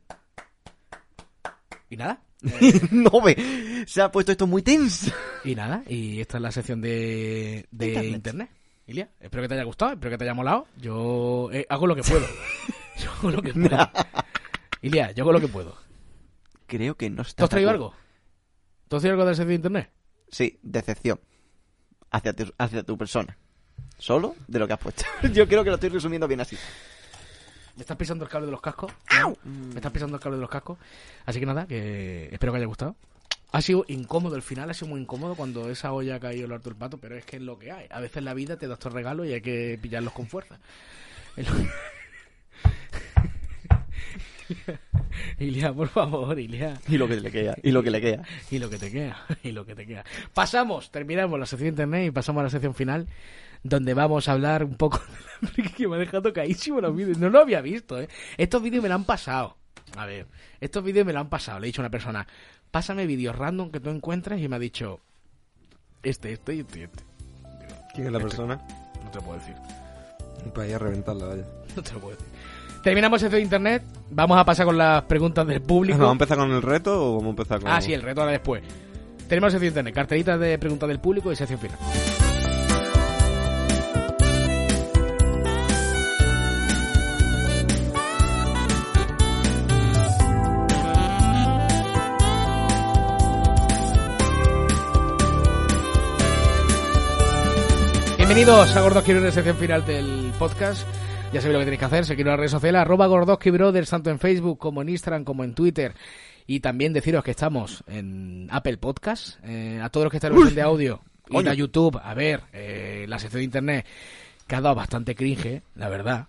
C: Y nada,
B: no ve. Se ha puesto esto muy tenso.
C: y nada, y esta es la sección de, de internet.
B: Internet.
C: Ilia, espero que te haya gustado, espero que te haya molado. Yo eh, hago lo que puedo. yo hago lo que puedo. Ilia, yo hago lo que puedo.
B: Creo que no está.
C: ¿Tú has traído algo? ¿Tú has traído algo de la sección de internet?
B: Sí, decepción. Hacia tu, hacia tu persona. Solo de lo que has puesto. Yo creo que lo estoy resumiendo bien así.
C: Me estás pisando el cable de los cascos. Mm. Me estás pisando el cable de los cascos. Así que nada, que espero que haya gustado. Ha sido incómodo el final, ha sido muy incómodo cuando esa olla ha caído el harto del pato, pero es que es lo que hay. A veces la vida te da estos regalos y hay que pillarlos con fuerza. Es lo- Ilia, por favor, Ilia.
B: Y lo que le queda. Y lo que le queda.
C: Y lo que te queda, y lo que te queda. Pasamos, terminamos la sección de internet y pasamos a la sección final, donde vamos a hablar un poco que me ha dejado caísimo los vídeos. No lo había visto, ¿eh? Estos vídeos me lo han pasado. A ver, estos vídeos me lo han pasado. Le he dicho a una persona, pásame vídeos random que tú encuentres y me ha dicho, este, este y este, y este.
D: ¿Quién es la persona?
C: No te lo puedo decir.
D: Para ir a reventarla, vaya.
C: No te lo puedo decir. Terminamos sección de internet, vamos a pasar con las preguntas del público.
D: ¿Vamos a empezar con el reto o vamos a empezar con...?
C: Ah, sí, el reto ahora después. Tenemos sección de internet, cartelitas de preguntas del público y sección final. Bienvenidos a Gordoski Brothers, sección final del podcast. Ya sabéis lo que tenéis que hacer, seguirnos en las redes sociales, arroba Gordoski Brothers, tanto en Facebook como en Instagram como en Twitter. Y también deciros que estamos en Apple Podcast, eh, a todos los que están en versión de audio, y a YouTube, a ver, eh, la sección de Internet, que ha dado bastante cringe, la verdad.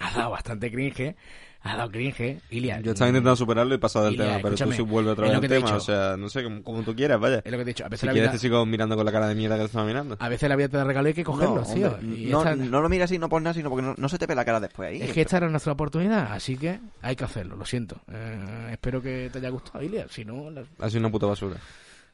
C: ha dado bastante cringe, ha dado cringe. Ilia,
D: Yo estaba intentando superarlo y pasado del
C: Ilia,
D: tema, pero tú
C: escúchame,
D: sí vuelves otra
C: es lo
D: vez al
C: que te he
D: tema. O
C: dicho.
D: sea, no sé, como, como tú quieras, vaya.
C: es lo que te he dicho, a veces,
D: Si
C: la,
D: quieres
C: vida,
D: te sigo mirando con la cara de mierda que estaba mirando.
C: a veces la vida te da regalo y hay que cogerlos,
B: no,
C: tío.
B: hombre,
C: Y
B: no,
C: esta-
B: no lo mires así, no por nada, sino porque no, no se te ve la cara después ahí.
C: Es que esta era nuestra oportunidad, así que hay que hacerlo, lo siento. Eh, espero que te haya gustado, Ilia. Si no, la-
D: Ha sido una puta basura.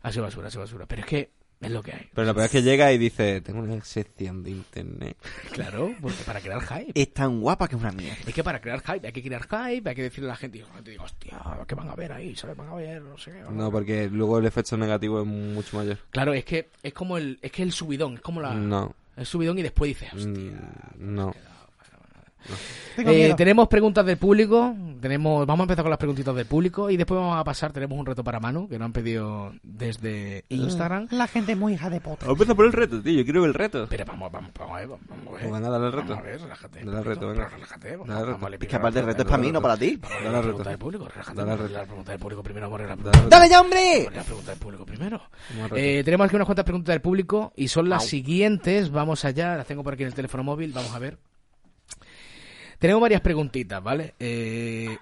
C: ha sido basura, ha sido basura. Pero es que es lo que hay.
D: Pero lo peor es que llega y dice, tengo una sección de internet.
C: Claro, porque para crear hype.
B: Es tan guapa que es una mierda.
C: Es que para crear hype hay que crear hype, hay que decirle a la gente, y la gente dice, hostia, ¿qué van a ver ahí? ¿Sabes? Van a ver, no sé qué.
D: No, porque luego el efecto negativo es mucho mayor.
C: Claro, es que es como el, es que el subidón, es como la,
D: No.
C: el subidón y después dices, Ah, hostia.
D: Mm, No.
E: Tengo
C: Eh,
E: miedo.
C: tenemos preguntas del público, tenemos, vamos a empezar con las preguntitas del público y después vamos a pasar, tenemos un reto para Manu que nos han pedido
D: Ah.
C: desde Instagram.
E: La gente es muy hija de puta.
D: Vamos a empezar por el reto, tío. Yo quiero ver el reto.
C: Pero vamos, vamos, vamos a ver, vamos a ver.
D: Pues venga, dale al reto.
C: Vamos a ver, relájate.
D: Dale al
C: poquito,
D: reto, venga.
C: pero Relájate, vamos,
D: Dale al
C: vamos
D: reto.
C: a leer
B: Es que
C: primero
B: aparte el reto
C: la
B: es
C: pregunta
B: para mí, no para ti.
C: del-
D: Dale
C: la
D: al
C: pregunta
D: reto.
C: del público, relájate.
D: Dale al
C: vamos a
D: reto.
C: leer La pregunta del público primero, vamos a leer la
D: Dale al reto.
B: ¡Dale ya, hombre!
C: la pregunta del público primero.
D: Vamos al reto.
C: Eh, tenemos aquí unas cuantas preguntas del público y son las siguientes. Vamos allá, las tengo por aquí en el teléfono móvil. Vamos a ver. Tenemos varias preguntitas, ¿vale? Eh,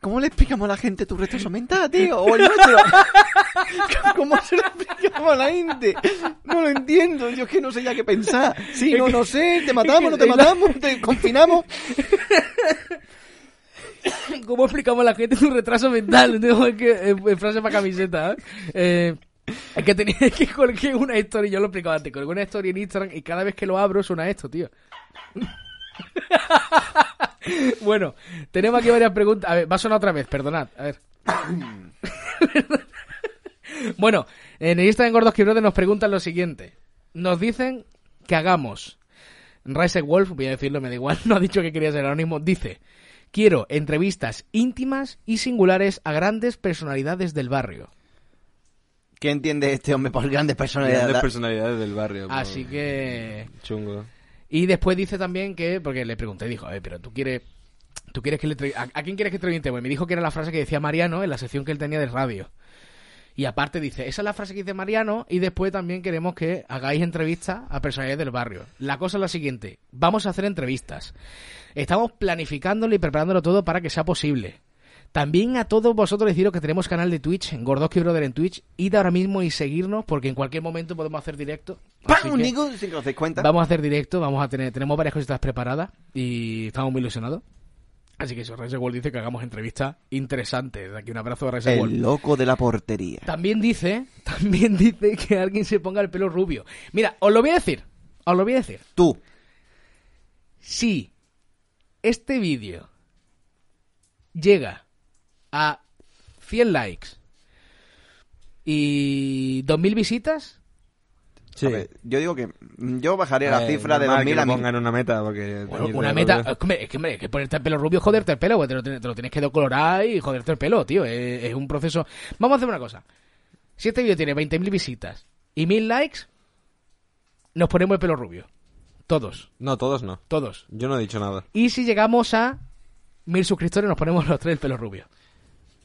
B: ¿Cómo le explicamos a la gente tu retraso mental, tío? O el nuestro. ¿Cómo se lo explicamos a la gente? No lo entiendo. Yo es que no sé ya qué pensar. Sí, no, no sé. ¿Te matamos? ¿No te matamos? ¿Te confinamos?
C: ¿Cómo explicamos a la gente un retraso mental? Tengo que, en frase para camiseta. ¿eh? Eh, es que tenía que colgué una historia, yo lo explicaba antes, colgué una historia en Instagram y cada vez que lo abro suena esto, tío. bueno, tenemos aquí varias preguntas. A ver, va a sonar otra vez, perdonad. A ver. bueno, en el Instagram Gordos Quibrotes nos preguntan lo siguiente. Nos dicen que hagamos Rise Wolf, voy a decirlo, me da igual, no ha dicho que quería ser anónimo, dice, quiero entrevistas íntimas y singulares a grandes personalidades del barrio.
B: ¿Qué entiende este hombre por grandes
D: Grandes
B: personalidades? pues,
D: personalidades del barrio. por-
C: Así que...
D: Chungo.
C: Y después dice también que, porque le pregunté, dijo, a ver, pero tú quieres ¿Tú quieres que le entrevi- ¿A, a quién quieres que entrevistemos? Y Pues Me dijo que era la frase que decía Mariano en la sección que él tenía de radio. Y aparte dice, esa es la frase que dice Mariano y después también queremos que hagáis entrevistas a personalidades del barrio. La cosa es la siguiente, vamos a hacer entrevistas. Estamos planificándolo y preparándolo todo para que sea posible. También a todos vosotros deciros que tenemos canal de Twitch, Gordoski Brother en Twitch. Id ahora mismo y seguirnos porque en cualquier momento podemos hacer directo. Así
B: ¡Pam!
C: que-
B: Nico, sin que os deis cuenta.
C: Vamos a hacer directo, vamos a tener, tenemos varias cositas preparadas y estamos muy ilusionados. Así que eso, Rise World dice que hagamos entrevistas interesantes. Desde Aquí un abrazo a Rise
B: El
C: World.
B: loco de la portería.
C: También dice, también dice que alguien se ponga el pelo rubio. Mira, os lo voy a decir, os lo voy a decir.
B: Tú.
C: Si este vídeo llega a 100 likes y 2.000 visitas,
D: Sí.
B: A ver, yo digo que mm, yo bajaré
D: Eh,
B: la cifra de
D: normal
B: 2000
D: que
B: a
D: lo
B: mil.
D: pongan una meta porque...
C: Bueno,
D: teñirte
C: una
D: de
C: meta. eh.
D: rubio.
C: Es que, hombre, es que, hombre, es que ponerte el pelo rubio es joderte el pelo, güey. Te lo, te lo tienes que decolorar y joderte el pelo, tío. Es, es un proceso. Vamos a hacer una cosa. Si este vídeo tiene 20.000 visitas y 1.000 likes, nos ponemos el pelo rubio. Todos,
D: No, todos no.
C: todos.
D: Yo no he dicho nada.
C: Y si llegamos a 1.000 suscriptores, nos ponemos los tres el pelo rubio.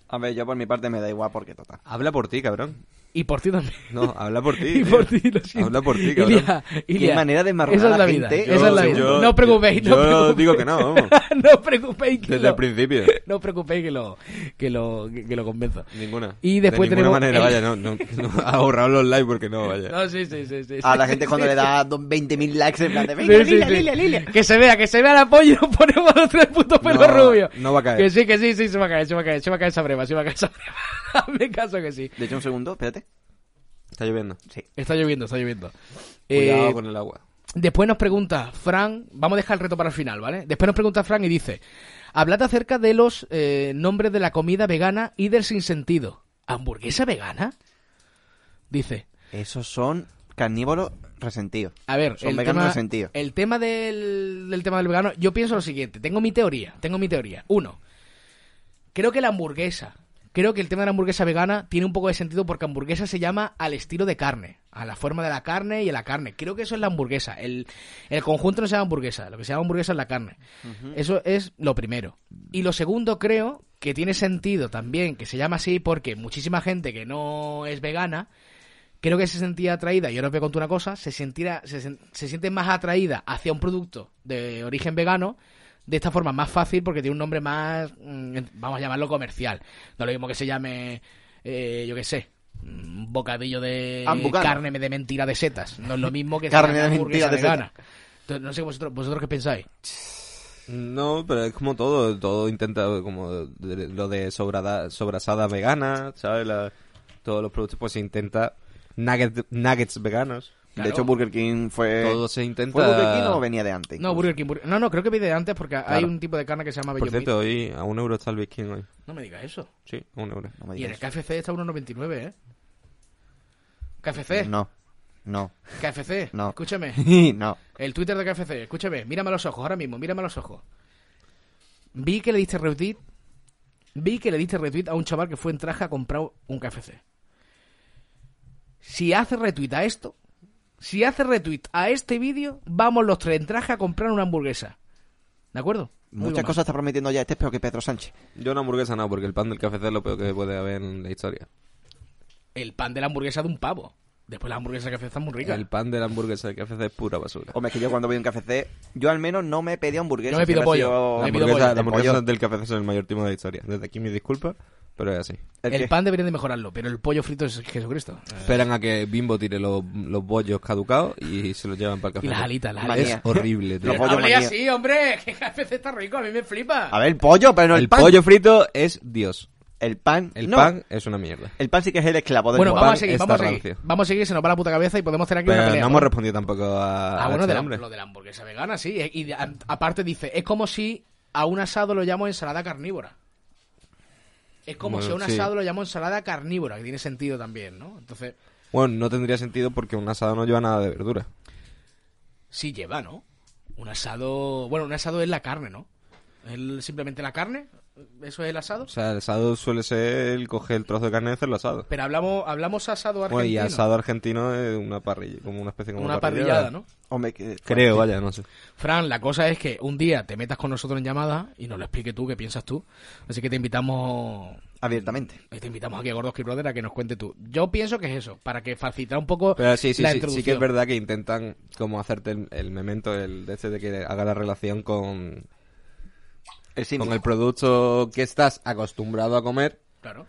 B: A ver, yo por mi parte me da igual porque total.
D: Habla por ti, cabrón.
C: Y por ti también.
D: No, habla por ti.
C: y
D: tío.
C: por ti, lo siento.
D: Habla por ti, cabrón.
C: Ilia, Ilia,
B: manera de enmarronar
C: Esa es
B: a
C: la
B: la
C: vida.
B: gente.
C: Esa es la
B: Yo-
C: vida.
D: eh. yo-
C: no os preocupéis.
D: yo
C: no os preocupéis.
D: digo que no, vamos.
C: no os preocupéis. que
D: Desde el
C: lo-
D: principio.
C: No os preocupéis que lo, que lo, que lo convenzo.
D: Ninguna.
C: Y después
D: de ninguna
C: tenemos-
D: manera, vaya, no, no, no ahorraos los likes porque no, vaya.
C: No, sí, sí, sí, sí.
B: A la gente cuando le da do- 20.000 likes en plan de
C: Sí,
B: venga,
C: sí,
B: Lilia,
C: sí.
B: Lilia, Lilia.
C: Que se vea, que se vea el apoyo y nos ponemos los tres puntos pelo
D: No,
C: rubio.
D: no va a caer.
C: Que sí, que sí, sí, se va a caer, se va a caer, se va a caer esa breva, se va a caer esa breva. Hazme caso que sí.
B: De hecho, un segundo, espérate.
D: Está lloviendo.
C: Está lloviendo, está lloviendo.
D: Cuidado
C: Eh,
D: con el agua.
C: Después nos pregunta Fran, vamos a dejar el reto para el final, ¿vale? Después nos pregunta Fran y dice, hablad acerca de los eh, nombres de la comida vegana y del sinsentido. ¿Hamburguesa vegana? Dice,
B: Esos son carnívoros resentidos.
C: A ver,
B: son
C: el
B: veganos
C: tema,
B: resentidos.
C: el tema del, del tema del vegano, yo pienso lo siguiente, tengo mi teoría, tengo mi teoría. Uno, creo que la hamburguesa, creo que el tema de la hamburguesa vegana tiene un poco de sentido porque hamburguesa se llama al estilo de carne, a la forma de la carne y a la carne. Creo que eso es la hamburguesa, el, el conjunto no se llama hamburguesa, lo que se llama hamburguesa es la carne. Eso es lo primero. Y lo segundo, creo que tiene sentido también que se llama así porque muchísima gente que no es vegana creo que se sentía atraída, y ahora os voy a contar una cosa, se, sentirá, se, sen- se siente más atraída hacia un producto de origen vegano de esta forma más fácil porque tiene un nombre más, mm, vamos a llamarlo comercial. No es lo mismo que se llame, eh, yo qué sé, mm, un bocadillo de
B: Ambucano.
C: carne de mentira de setas. No es lo mismo que se
B: Carne
C: llame
B: de
C: hamburguesa
B: mentira de
C: vegana. Entonces, no sé vosotros, vosotros qué pensáis.
D: No, pero es como todo, todo intenta como de- lo de sobrada, sobrasada vegana, ¿sabes? La- todos los productos pues se intenta nugget- nuggets veganos.
B: De hecho, Burger King fue.
D: todo se intenta.
B: ¿Fue Burger King o venía de antes?
C: No, Burger King, Burger- No, no, creo que viene de antes porque hay
D: Claro.
C: un tipo de carne que se llama
D: Por
C: Beyond
D: cierto, hoy a un euro está el Big King hoy.
C: Meat. No me digas eso.
D: Sí, a un euro.
B: No me
C: Y en el
B: digas.
C: KFC está 1,99, ¿eh? KFC.
B: No. No.
C: KFC,
B: No.
C: escúchame.
B: no.
C: El Twitter de KFC, escúchame. Mírame a los ojos ahora mismo, mírame a los ojos. Vi que le diste retweet. Vi que le diste retweet a un chaval que fue en traje a comprar un KFC. Si hace retweet a esto, si hace retweet a este vídeo, vamos los tres en traje a comprar una hamburguesa. ¿De acuerdo? No digo
B: Muchas
C: más.
B: cosas está prometiendo ya. Este es peor que Pedro Sánchez.
D: Yo una hamburguesa no, porque el pan del café es lo peor que puede haber en la historia.
C: El pan de la hamburguesa de un pavo. Después las hamburguesas de KFC están muy ricas.
D: El pan de la hamburguesa del café es pura basura.
B: Hombre, es que yo cuando voy a un café, yo al menos no me pedía hamburguesa.
C: Yo me pido
B: siempre he
C: pollo.
B: sido-
D: La
C: Me pido
D: hamburguesa,
B: pollo.
D: la hamburguesa
B: Pollo.
D: del café es el mayor timo de la historia. Desde aquí mis disculpas, pero es así.
B: ¿El
C: El
B: qué?
C: pan deberían de mejorarlo, pero el pollo frito es Jesucristo.
D: Esperan a que Bimbo tire los, los bollos caducados y se los llevan para el café.
C: Y las alitas, las
D: Es
B: alitas.
D: horrible. tío.
B: Los pollos
C: Hablé
B: manía.
C: así, hombre. Que KFC está rico, a mí me flipa.
B: A ver, el pollo, pero no el,
D: el
B: pan.
D: pollo frito es Dios.
B: El pan.
D: El
B: no.
D: pan es una mierda.
B: El pan sí que es el esclavo del
C: Bueno,
B: mundo.
C: vamos a
D: pan
C: seguir,
D: está
C: vamos a seguir.
D: rancio.
C: Vamos a seguir, se nos va la puta cabeza y podemos hacer aquí
D: Pero
C: una pelea.
D: no hemos respondido tampoco a,
C: ah,
D: a
C: bueno,
D: este
C: de la,
D: hombre.
C: lo de la hamburguesa vegana, sí. eh, Y de- a- aparte dice, es como si a un asado lo llamo ensalada carnívora. Es como
D: Bueno,
C: si a un
D: sí.
C: asado lo llamo ensalada carnívora, que tiene sentido también, ¿no? Entonces,
D: Bueno, no tendría sentido porque un asado no lleva nada de verdura.
C: sí lleva, ¿no? Un asado... Bueno, un asado es la carne, ¿no? Es simplemente la carne ¿Eso es el asado?
D: O sea, el asado suele ser el coger el trozo de carne y hacerlo asado.
C: Pero hablamos, hablamos asado argentino.
D: Bueno, y asado argentino es una parrilla, como una especie como
C: Una parrillada, ¿no?
B: Hombre, que-
D: Creo, vaya, no sé.
C: Fran, la cosa es que un día te metas con nosotros en llamada y nos lo explique tú, qué piensas tú. Así que te invitamos
B: Abiertamente.
C: y te invitamos aquí a Gordos Kill Brother a que nos cuente tú. Yo pienso que es eso, para que facilitar un poco
D: Pero sí, sí,
C: la
D: sí, sí
C: introducción.
D: que es verdad que intentan como hacerte el, el memento el, de este de que haga la relación con,
B: El simple.
D: con el producto que estás acostumbrado a comer
C: Claro.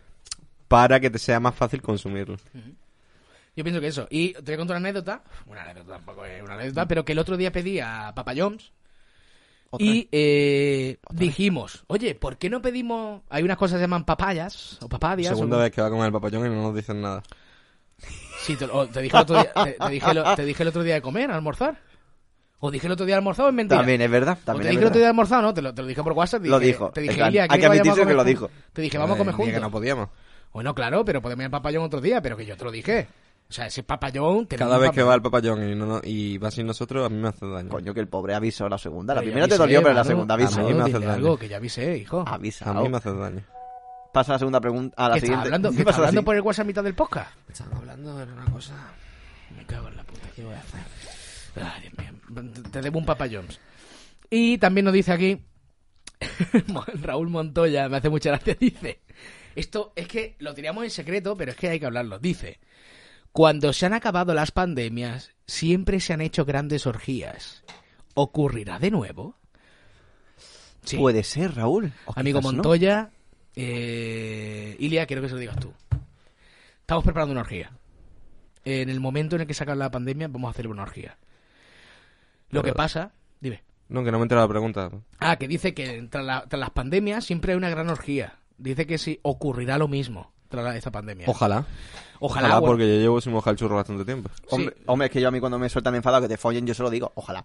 D: para que te sea más fácil consumirlo.
C: Yo pienso que eso. Y te voy a contar una anécdota. Una anécdota tampoco es una anécdota, pero que el otro día pedí a Papa John's. Y eh, dijimos, oye, ¿por qué no pedimos? Hay unas cosas que se llaman papayas o papadias.
D: Segunda
C: o-
D: vez que va a comer el papayón y no nos dicen nada.
C: Sí, te, o te dije el otro día, te, te dije lo- te dije el otro día de comer, almorzar. O dije el otro día de almorzar o es mentira.
B: También es verdad.
C: O te
B: También
C: dije
B: es
C: el otro día de
B: verdad.
C: almorzar, ¿no? Te lo, te lo dije por WhatsApp. te
B: Lo
C: dije-
B: dijo.
C: Te dije,
B: Claro,
C: Ilia,
B: hay
C: ¿quieres
B: que
C: vayamos a
B: admitirse que
C: comer
B: lo
C: juntos? Te dije, vamos a
D: Eh,
C: comer
D: dije
C: juntos.
D: que no podíamos.
C: Bueno, claro, pero podemos ir al papayón otro día, pero que yo te lo dije. O sea, ese papayón... tenemos
D: Cada
C: un
D: vez que
C: papayón.
D: va al papayón y, no, no- y va sin nosotros, a mí me hace daño.
B: Coño, que el pobre avisó la segunda. La
C: Pero ya
B: primera te
C: avisé,
B: dolió, pero la
C: Manu,
B: segunda
D: a
B: avisa. eh,
D: mí me
C: Manu,
D: hace
C: dile
D: daño.
C: algo, que ya avisé, hijo.
B: Avisa.
D: A mí me hace daño.
B: Pasa a la segunda pregunta. A la
C: ¿Qué estás
B: siguiente.
C: hablando, que
B: Pasa
C: estás
B: a la
C: hablando
B: siguiente.
C: por el WhatsApp a mitad del podcast? Están hablando de una cosa... Me cago en la puta, ¿qué voy a hacer? Ay, Dios mío. Te debo un Papa John's. Y también nos dice aquí... Raúl Montoya, me hace mucha gracia, dice... Esto es que lo tiramos en secreto, pero es que hay que hablarlo. Dice... Cuando se han acabado las pandemias, siempre se han hecho grandes orgías. ¿Ocurrirá de nuevo? Sí.
B: Puede ser, Raúl. O
C: Amigo
B: quizás no.
C: Montoya, eh, Ilia, quiero que se lo digas tú. Estamos preparando una orgía. En el momento en el que se acabe la pandemia, vamos a hacer una orgía. Lo que pasa, dime.
D: No, que no me entra la pregunta.
C: Ah, que dice que tras, la- tras las pandemias siempre hay una gran orgía. Dice que sí, ocurrirá lo mismo tras la- esta pandemia.
D: Ojalá.
C: Ojalá,
D: Ojalá,
C: bueno.
D: porque yo llevo sin mojar el churro bastante tiempo.
B: Hombre, hombre, es que yo a mí cuando me sueltan enfadado que te follen, yo se lo digo. Ojalá.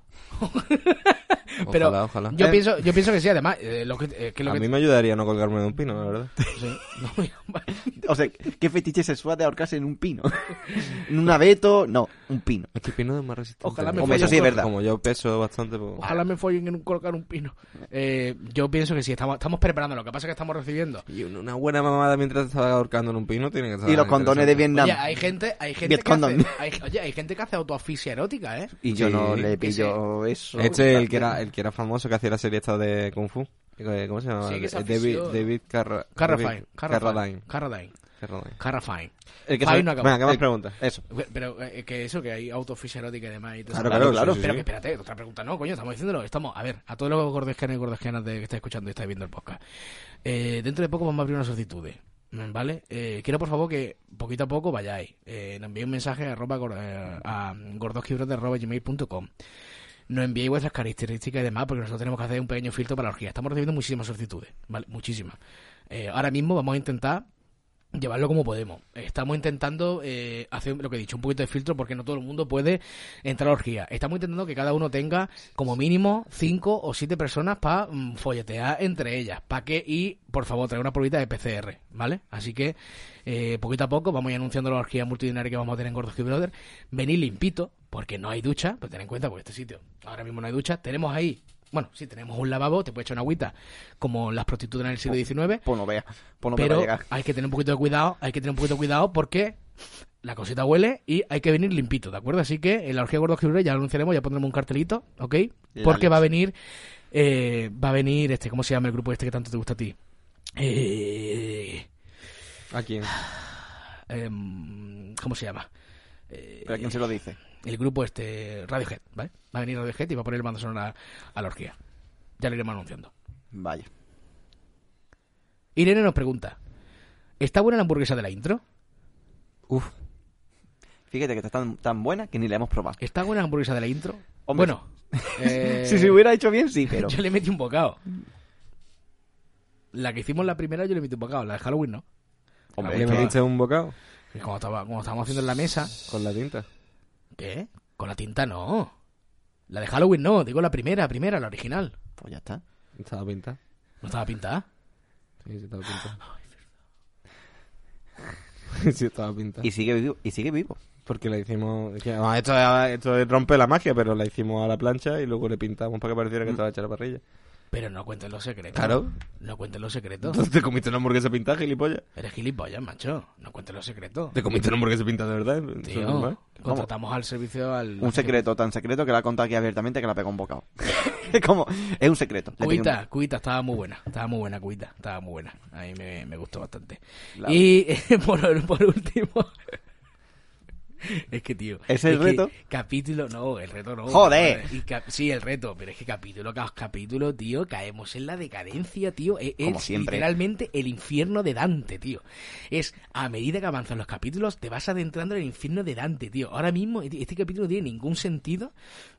C: Pero
D: Ojalá, ojalá.
C: Yo,
D: Eh.
C: pienso, yo pienso que sí, además. eh, lo que, eh, que lo
D: a
C: que-
D: mí me ayudaría no colgarme de un pino, la verdad.
C: sí. No, vale.
B: O sea, ¿qué fetiche sexual de ahorcarse en un pino? en un abeto, no, un pino.
D: Es que pino es más resistente.
C: Ojalá me
D: Como
B: Hombre, eso
D: yo-
B: sí es verdad.
D: Como yo peso bastante, pues...
C: Ojalá me follen en un colgar un pino. Eh, yo pienso que sí, estamos, estamos preparando. Lo que pasa es que estamos recibiendo.
D: Y un- una buena mamada mientras te estás ahorcando en un pino tiene que estar
B: Y los condones de
D: interesante.
B: Vietnam.
C: Oye, hay gente, hay gente
B: Get
C: que hace,
B: condom.
C: hay, oye, hay gente que hace autoasfixia erótica, ¿eh?
B: Y yo
D: Sí,
B: no le
C: que
B: pillo eso.
D: Este es el que era el que era famoso que hacía la serie esta de Kung Fu. Eh, ¿Cómo se llama?
C: Sí, que se
D: David,
C: aficionó.
D: David Carra-
C: Carrafine,
D: David-
C: Carradine,
D: Carradine.
C: Carradine,
D: Carradine.
C: Carrafine.
B: El que
C: Fine
B: sabe-
C: no acaba.
D: Venga, ¿qué más preguntas?
B: Eso.
C: Pero eh, que eso, que hay autoasfixia erótica y demás. y todo
D: Claro,
C: eso.
D: claro,
B: claro,
D: sí, sí,
C: Pero
D: sí.
C: que espérate, otra pregunta no, coño, estamos diciéndolo. Estamos, a ver, a todos los gordesquenos y gordesquenas de- que estáis escuchando y estáis viendo el podcast. Eh, dentro de poco vamos a abrir una solicitud, ¿vale? Eh, quiero, por favor, que poquito a poco vayáis. Eh, nos enviéis un mensaje a, arroba gor- eh, a gordoskibros@gmail.com. Nos enviéis vuestras características y demás, porque nosotros tenemos que hacer un pequeño filtro para la orgía. Estamos recibiendo muchísimas solicitudes, ¿vale? Muchísimas. Eh, ahora mismo vamos a intentar llevarlo como podemos. Estamos intentando eh, hacer lo que he dicho, un poquito de filtro porque no todo el mundo puede entrar a la orgía. Estamos intentando que cada uno tenga como mínimo cinco o siete personas para folletear entre ellas. Para que, y por favor, traer una probita de PCR, ¿vale? Así que eh, poquito a poco vamos a ir anunciando la orgía multidinaria que vamos a tener en Gordos Kid Brother. Venid limpito, porque no hay ducha, pero ten en cuenta, porque este sitio ahora mismo no hay ducha. Tenemos ahí, bueno, sí, tenemos un lavabo, te puedes echar una agüita, como las prostitutas en el siglo XIX
B: Pues no vea. Pues no me va a
C: pero
B: llegar.
C: hay que tener un poquito de cuidado, hay que tener un poquito de cuidado porque la cosita huele y hay que venir limpito, ¿de acuerdo? Así que en la orgía Gordos Quibres ya lo anunciaremos, ya pondremos un cartelito, ¿ok?
B: La
C: Porque
B: leche.
C: va a venir, eh, va a venir este, ¿cómo se llama el grupo este que tanto te gusta a ti? Eh,
D: ¿A quién?
C: em, ¿Cómo se llama?
B: Pero ¿quién se
C: eh,
B: lo dice?
C: El grupo este, Radiohead, ¿vale? Va a venir Radiohead y va a poner el mando sonora a la orgía. Ya lo iremos anunciando.
B: Vaya.
C: Irene nos pregunta, ¿está buena la hamburguesa de la intro?
D: Uf,
B: Fíjate que está tan, tan buena que ni la hemos probado.
C: ¿Está buena la hamburguesa de la intro?
B: Hombre.
C: Bueno, eh,
B: Si se hubiera hecho bien, sí, pero.
C: yo le metí un bocado. La que hicimos la primera yo le metí un bocado, la de Halloween no.
B: Hombre,
D: ¿le
C: es que-
D: metiste un bocado
C: Y Como, estaba, como estábamos haciendo en la mesa,
D: con la tinta?
C: ¿qué? Con la tinta no. La de Halloween no, digo la primera, primera, la original.
B: Pues ya está.
D: Estaba pintada.
C: No estaba pintada.
D: Sí, sí estaba pintada. sí estaba pintada.
B: Y sigue vivo. Y sigue vivo.
D: Porque la hicimos... dije, "Ah, esto,
C: Mm.
D: esto rompe la magia, pero la hicimos a la plancha y luego le pintamos para que pareciera que estaba hecha a la parrilla.
C: Pero no cuenten los secretos.
D: Claro.
C: No cuenten los secretos.
D: Entonces te comiste una hamburguesa pintada, gilipollas.
C: Eres gilipollas, macho. No cuentes los secretos.
D: Te comiste una hamburguesa pintada, de verdad. Eso es normal.
C: Tío, contratamos al servicio al...
B: Un secreto tan secreto que la ha contado aquí abiertamente que la pegó un bocado. es como, es un secreto. Le pegué un-
C: Cuita, Cuita, estaba muy buena, estaba muy buena, Cuita, estaba muy buena. A mí me, me gustó bastante.
B: Claro.
C: Y eh, por, por último... Es que, tío...
B: ¿Es el
C: que
B: reto?
C: Capítulo, no, el reto no.
B: ¡Joder!
C: Y cap- sí, el reto, pero es que capítulo, tras capítulo, tío, caemos en la decadencia, tío. E- Es,
B: Como siempre.
C: literalmente el infierno de Dante, tío. Es, a medida que avanzan los capítulos, te vas adentrando en el infierno de Dante, tío. Ahora mismo, este este capítulo no tiene ningún sentido,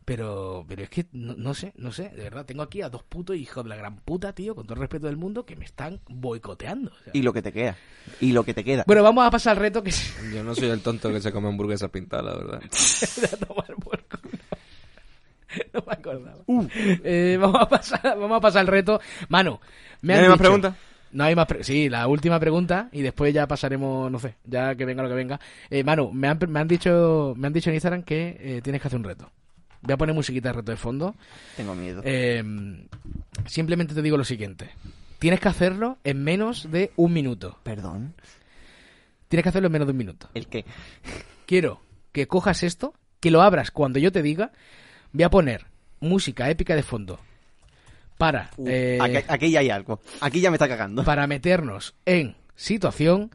C: pero, pero es que, no, no sé, no sé, de verdad, tengo aquí a dos putos hijos de la gran puta, tío, con todo el respeto del mundo, que me están boicoteando. o sea.
B: Y lo que te queda. Y lo que te queda.
C: Bueno, vamos a pasar al reto que es
D: Yo no soy el tonto que se come hamburguesas pintadas, la verdad.
C: a tomar por culo. No me acordaba.
D: Uh.
C: Eh, vamos, a pasar, vamos a pasar al reto. Manu, me
D: ¿No
C: han
D: hay más
C: dicho-
D: preguntas?
C: No hay más pre- Sí, la última pregunta y después ya pasaremos, no sé, ya que venga lo que venga. Eh, Manu, me han, me han dicho me han dicho en Instagram que eh, tienes que hacer un reto. Voy a poner musiquita de reto de fondo.
B: Tengo miedo.
C: Eh, simplemente te digo lo siguiente. Tienes que hacerlo en menos de un minuto.
B: Perdón.
C: Tienes que hacerlo en menos de un minuto.
B: El que.
C: quiero que cojas esto, que lo abras cuando yo te diga. Voy a poner música épica de fondo para,
B: Uh,
C: eh,
B: aquí, aquí ya hay algo. Aquí ya me está cagando.
C: para meternos en situación.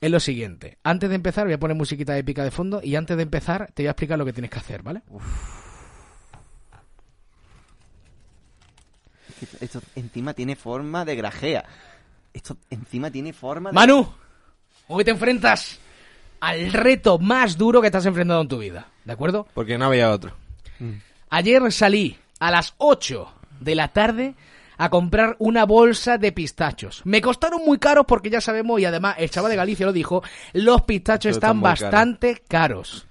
C: Es lo siguiente. Antes de empezar, voy a poner musiquita épica de fondo y antes de empezar te voy a explicar lo que tienes que hacer, ¿vale?
B: Esto encima tiene forma de grajea. Esto encima tiene forma de.
C: Manu, hoy te enfrentas al reto más duro que te has enfrentado en tu vida, ¿de acuerdo?
D: Porque no había otro.
C: Ayer salí a las 8 de la tarde a comprar una bolsa de pistachos. Me costaron muy caros porque ya sabemos, y además el chaval de Galicia lo dijo, los pistachos
D: Pero están
C: están
D: muy caros.
C: bastante caros.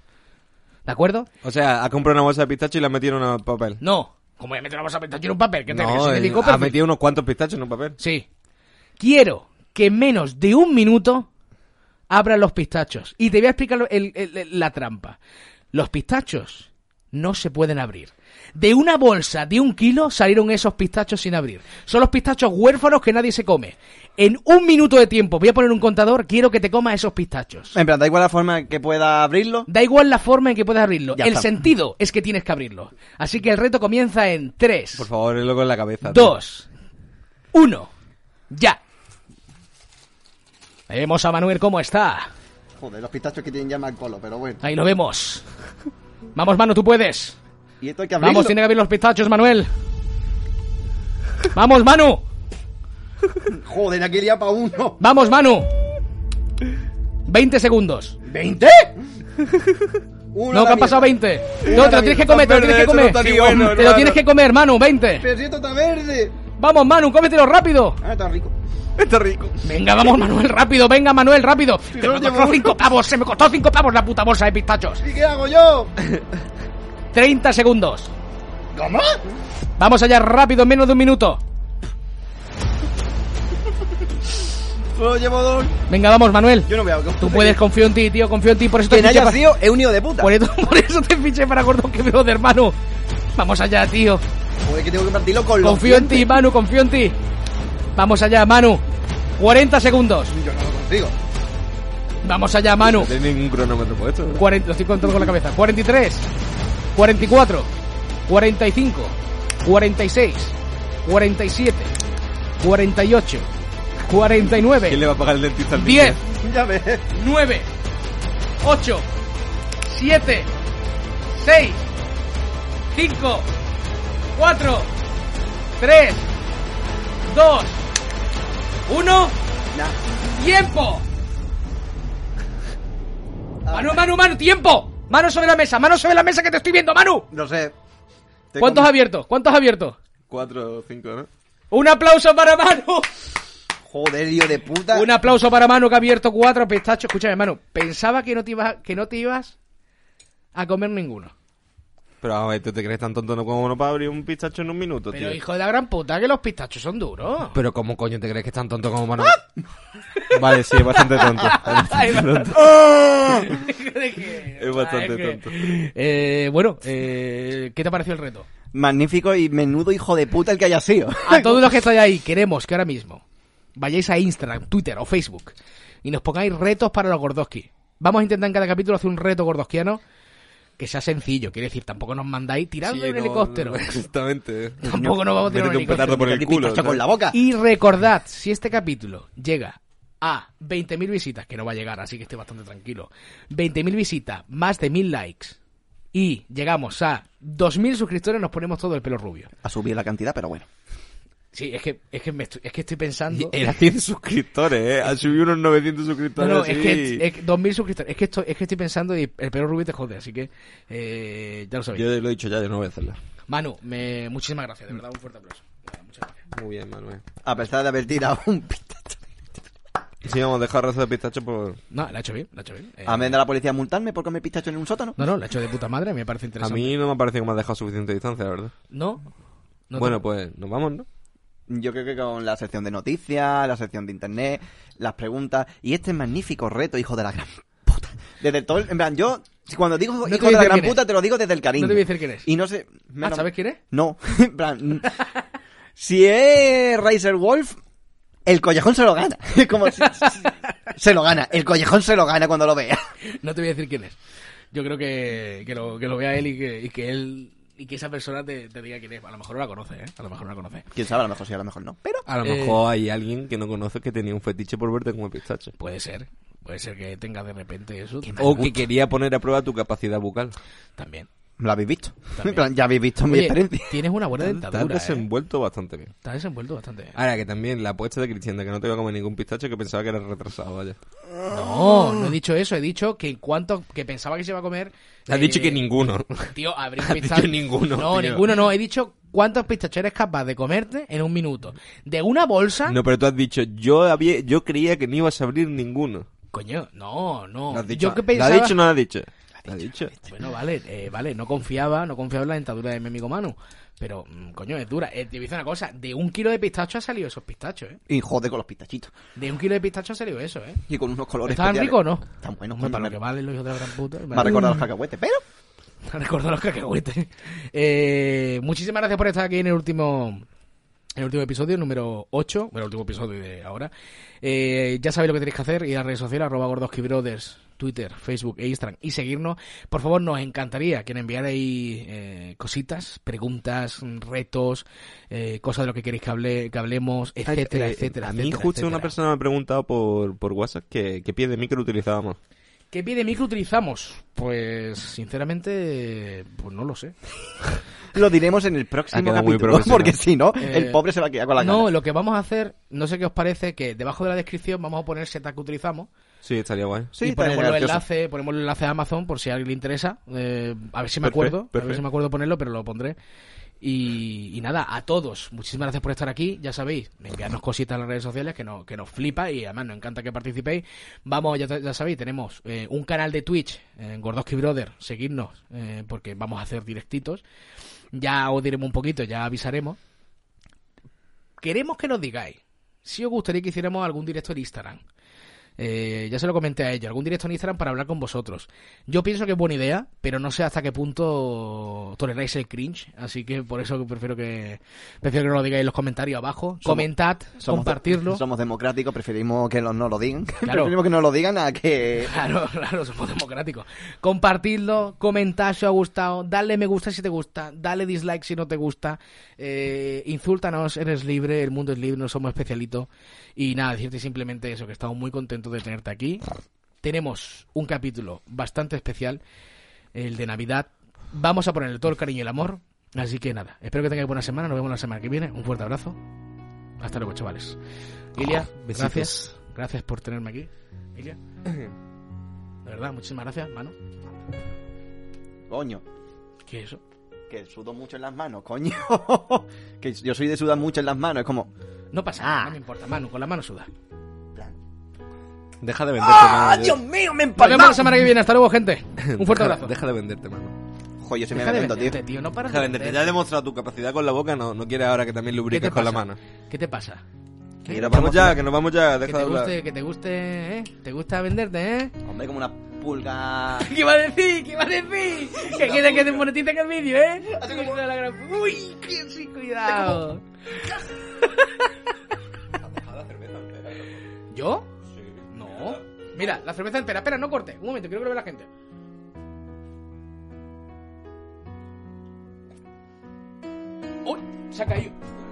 C: ¿De acuerdo?
D: O sea, ha comprado una bolsa de pistacho y la ha metido en un papel.
C: No. Como voy a meter una bolsa de pistachos en un papel, que te
D: No,
C: que se
D: él
C: me picó,
D: ha
C: pero-
D: metido unos cuantos pistachos en un papel.
C: Sí. Quiero que en menos de un minuto abran los pistachos. Y te voy a explicar lo- el- el- el- la trampa. Los pistachos no se pueden abrir. De una bolsa de un kilo salieron esos pistachos sin abrir. Son los pistachos huérfanos que nadie se come. En un minuto de tiempo, voy a poner un contador, quiero que te comas esos pistachos.
B: En plan, da igual la forma que pueda abrirlo.
C: Da igual la forma en que puedas abrirlo.
B: Ya
C: el
B: está.
C: sentido es que tienes que abrirlo. Así que el reto comienza en 3,
D: Por favor, loco en la cabeza. tío.
C: 2, 1, ya. Ahí Vemos a Manuel cómo está.
B: Joder, los pistachos que tienen ya mal colo, pero bueno.
C: Ahí lo vemos. Vamos, Manu, tú puedes.
B: Y esto hay que abrirlo.
C: Vamos, tiene que abrir los pistachos, Manuel. Vamos, Manu.
B: Joder, aquí ya para uno.
C: Vamos, Manu. 20 segundos.
B: ¿20? Uno
C: No, que han
B: también.
C: pasado 20. No, te lo
B: la
C: tienes
B: mierda.
C: que comer, te lo tienes que
D: Esto no
C: comer.
D: está ni bueno,
C: Te lo
D: hermano.
C: tienes que comer, Manu, 20.
B: Pero si esto está verde.
C: Vamos, Manu, cómetelo rápido.
B: Ah, está rico.
D: Está rico.
C: Venga, vamos, Manuel, rápido. Venga, Manuel, rápido. Se
B: no
C: me
B: llevo
C: costó
B: uno.
C: 5 pavos, se me costó 5 pavos la puta bolsa de pistachos.
B: ¿Y qué hago yo?
C: 30 segundos.
B: ¿Cómo?
C: Vamos allá rápido, en menos de un minuto.
B: Solo llevo dos.
C: Venga, vamos, Manuel.
B: Yo no veo algo.
C: Tú puedes, confío en ti, tío, confío en ti. Por eso te
B: Quien
C: fiché,
B: haya
C: pa-
B: sido es un hijo de puta.
C: por eso, por eso te fiché para Gordon que brother, hermano. Vamos allá, tío.
B: Joder, que tengo que partirlo con los
C: Confío en ti, Manu, confío en ti. Vamos allá, Manu. 40 segundos.
B: Yo no lo consigo.
C: Vamos allá,
D: No
C: Manu.
D: tiene ningún cronómetro puesto. ¿verdad?
C: 40, lo estoy contando con la cabeza. 43, 44, 45, 46, 47, 48,
D: ¿Quién le
C: 49,
D: va a pagar el dentista al niño?
C: 10,
B: Ya ves.
C: 9, 8, 7, 6, 5, 4, 3, 2, 1.
B: Nah.
C: ¡Tiempo! Manu, Manu, Manu, tiempo. Mano sobre la mesa, mano sobre la mesa que te estoy viendo, Manu.
B: No sé. Te
C: ¿Cuántos
B: com-
C: abiertos? ¿Cuántos abiertos?
D: Cuatro o cinco, ¿no?
C: Un aplauso para Manu.
B: Joder, hijo de puta.
C: Un aplauso para Manu que ha abierto cuatro pistachos. Escúchame, Manu. Pensaba que no te ibas, que no te ibas a comer ninguno.
D: Pero a ver, ¿tú te crees tan tonto no como uno para abrir un pistacho en un minuto,
C: Pero
D: tío?
C: hijo de la gran puta, que los pistachos son duros.
D: Pero ¿cómo coño te crees que es tan tonto como Manuel? ¡Ah! vale, sí, es bastante tonto. Es bastante tonto.
C: Es que-
D: ¡Ah! Es bastante
C: Ah, es que-
D: tonto.
C: Eh, bueno, eh, ¿qué te pareció el reto?
B: magnífico y menudo hijo de puta el que haya sido.
C: A todos los que estáis ahí, queremos que ahora mismo vayáis a Instagram, Twitter o Facebook y nos pongáis retos para los Gordoski. Vamos a intentar en cada capítulo hacer un reto gordoskiano que sea sencillo. Quiere decir, tampoco nos mandáis tirando
D: Sí,
C: un
D: no,
C: helicóptero.
D: no, exactamente.
C: Tampoco nos vamos a tirar
D: Métete
C: un
D: un petardo
C: helicóptero.
D: por el
B: Típico,
D: culo.
B: esto con la boca.
C: Y recordad, si este capítulo llega a 20.000 visitas, que no va a llegar, así que esté bastante tranquilo, 20.000 visitas, más de 1.000 likes, y llegamos a 2.000 suscriptores, nos ponemos todo el pelo rubio.
B: A subir la cantidad, pero bueno.
C: Sí, es que, es que, me estoy, es que estoy pensando...
D: Era 100 suscriptores, eh. Ha subido unos 900
C: No,
D: suscriptores.
C: no, es
D: así.
C: que, es que 2.000 suscriptores, es que, estoy, es que estoy pensando y el pelo rubio te jode, así que eh, ya lo sabéis.
D: Yo lo he dicho ya, yo no voy a hacerlo.
C: Manu, me- muchísimas gracias, de verdad, un fuerte aplauso. Muchas gracias.
D: Muy bien, Manuel.
B: A pesar de haber tirado un pitacho.
D: Sí, vamos a dejar razas de pistacho por...
C: No, la ha hecho bien, la ha hecho bien. Eh,
B: A menos de la policía multarme por comer pistacho en un sótano.
C: No, no, la ha hecho de puta madre, me parece
D: A
C: interesante.
D: mí no me ha parecido que me has dejado suficiente distancia, la verdad.
C: ¿No? no te-
D: bueno, pues nos vamos, ¿no?
B: Yo creo que con la sección de noticias, la sección de internet, las preguntas y este magnífico reto, hijo de la gran puta. Desde todo el- En plan, yo, si cuando digo
C: te
B: hijo
C: voy
B: de
C: a
B: la
C: decir
B: gran
C: quién es.
B: puta, te lo digo desde el cariño.
C: No te voy a decir quién es.
B: Y no sé.
C: Ah,
B: menos-
C: ¿Sabes quién es?
B: No. En plan. si es Razer Wolf, el collejón se lo gana. Es como si- se lo gana. El collejón se lo gana cuando lo vea.
C: No te voy a decir quién es. Yo creo que, que, lo, que lo vea él y que, y que él y que esa persona te, te diga quién es. A lo mejor no la conoce, ¿eh? A lo mejor no la conoce.
B: Quién sabe, a lo mejor sí, a lo mejor no. Pero.
D: A lo
C: Eh.
D: mejor hay alguien que no conoces que tenía un fetiche por verte como pistacho.
C: Puede ser. Puede ser que tenga de repente eso.
D: O que quería poner a prueba tu capacidad bucal.
C: También.
B: Lo habéis visto.
C: También.
B: En plan, ya habéis visto mi
C: Oye,
B: experiencia.
C: tienes una buena
D: Te has
C: dentadura, ¿eh?
D: desenvuelto Ah. bastante bien.
C: Estás desenvuelto bastante. ¿eh?
D: Ahora que también la apuesta de Cristian de que no te iba a comer ningún pistacho que pensaba que era retrasado, vaya.
C: No, no he dicho eso. He dicho que en cuanto... Que pensaba que se iba a comer...
D: Has
C: eh,
D: dicho que ninguno.
C: Tío, abrí un
D: Has dicho
C: pistacho.
D: ninguno,
C: No,
D: tío.
C: ninguno no. He dicho cuántos pistachos eres capaz de comerte en un minuto. De una bolsa...
D: No, pero tú has dicho, yo había, yo creía que no ibas a abrir ninguno.
C: Coño, no, no.
D: Lo has dicho.
C: Yo que
D: ¿Lo
C: pensaba...
D: has dicho o no lo has dicho? Lo has dicho.
C: Bueno, vale, eh, vale, no confiaba, no confiaba en la dentadura de mi amigo Manu. Pero, mm, coño, es dura. Eh, te voy a decir una cosa, de un kilo de pistacho ha salido esos pistachos, ¿eh?
B: Y jode con los pistachitos.
C: De un kilo de pistacho ha salido eso, ¿eh?
B: Y con unos colores.
C: ¿Estaban
B: especiales.
C: ricos o no?
B: Están buenos,
C: Hombre,
B: están
C: para lo que
B: ricos.
C: vale los hijos de la gran puta.
B: pues Me ha recordado los cacahuetes, pero.
C: Me ha recordado los cacahuetes. Eh, muchísimas gracias por estar aquí en el último... en El último episodio, número 8, bueno, el último episodio de ahora. Eh, ya sabéis lo que tenéis que hacer, ir a redes sociales, arroba gordoskibrothers, Twitter, Facebook e Instagram, y seguirnos. Por favor, nos encantaría que nos enviarais eh, cositas, preguntas, retos, eh, cosas de lo que queréis que, hable, que hablemos, etcétera,
D: Eh,
C: etcétera.
D: A mí
C: etcétera,
D: justo una
C: etcétera.
D: persona me ha preguntado por, por WhatsApp que, que pie de micro utilizábamos.
C: ¿Qué pie de micro utilizamos? Pues, sinceramente, pues no lo sé.
B: Lo diremos en el
D: Ha
B: próximo
D: quedado muy
B: capítulo,
D: profesional.
B: porque si no,
C: Eh,
B: el pobre se va a quedar con la
C: No,
B: cara.
C: lo que vamos a hacer, no sé qué os parece, que debajo de la descripción vamos a poner setas que utilizamos
D: Sí, estaría guay.
B: Sí,
C: y
B: está
C: ponemos los,
B: gracioso.
C: enlaces, ponemos los enlaces a Amazon por si a alguien le interesa. Eh, a ver si me
D: Perfecto,
C: acuerdo, a ver
D: perfecto.
C: si me acuerdo ponerlo, pero lo pondré. Y, y nada, a todos, muchísimas gracias por estar aquí, ya sabéis, enviarnos cositas en las redes sociales que, no, que nos flipa y además nos encanta que participéis. Vamos, ya, ya sabéis, tenemos eh, un canal de Twitch, en Gordoski Brother, seguidnos eh, porque vamos a hacer directitos. Ya os diremos un poquito, ya avisaremos. Queremos que nos digáis si os gustaría que hiciéramos algún directo en Instagram. Eh, ya se lo comenté a ella, algún directo en Instagram para hablar con vosotros. Yo pienso que es buena idea, pero no sé hasta qué punto toleráis el cringe, así que por eso que prefiero que prefiero que nos lo digáis en los comentarios abajo. Comentad, compartirlo.
B: somos democráticos, preferimos que los- no lo digan.
C: Claro.
B: preferimos que no lo digan a que.
C: Claro, claro, somos democráticos. Compartidlo, comentad si os ha gustado, dale me gusta si te gusta, dale dislike si no te gusta, eh, insúltanos, eres libre, el mundo es libre, no somos especialitos. Y nada, decirte simplemente eso, que estamos muy contentos de tenerte aquí. Tenemos un capítulo bastante especial, el de Navidad. Vamos a ponerle todo el cariño y el amor. Así que nada, espero que tengáis buena semana, nos vemos la semana que viene. Un fuerte abrazo. Hasta luego, chavales. Ilia,
D: Besitos.
C: gracias. Gracias por tenerme aquí. Ilia. De verdad, muchísimas gracias, mano.
B: Coño,
C: ¿Qué es eso?
B: que sudo mucho en las manos, coño. que yo soy de sudar mucho en las manos, es como.
C: No pasa nada,
D: Ah.
C: no me importa, Manu, con la mano suda.
D: Deja de venderte, mano.
B: Dios mío, me
C: Nos vemos la
B: empalmamos!
C: semana que viene, hasta luego, gente. ¡Ah, Un fuerte
D: Pues Deja-
C: abrazo.
D: Deja de venderte, mano.
B: Joder, yo se me
C: Deja de
B: vendo, tío.
C: venderte, tío, no paras
D: Deja
C: de
D: de venderte. Ya
C: venderte.
D: has demostrado tu capacidad con la boca, no, no quieres ahora que también
C: ¿Qué te
D: lubriques con la
C: pasa?
D: mano.
C: ¿Qué te pasa?
D: Que nos vamos ya, que nos vamos ya,
C: Que
D: deja de
C: te
D: hablar.
C: guste, que te guste, ¿eh? ¿Te gusta venderte, eh?
B: Hombre, como una puta pulga.
C: ¿Qué iba a decir? ¿Qué iba a decir? Que quiere que desmonetice el vídeo, ¿eh? Hijo de la gran- Uy, qué sí, cuidado. ¿Yo? No. Mira, la cerveza entera. Espera, no corte. Un momento, quiero que lo vea la gente. ¡Uy! Se ha caído.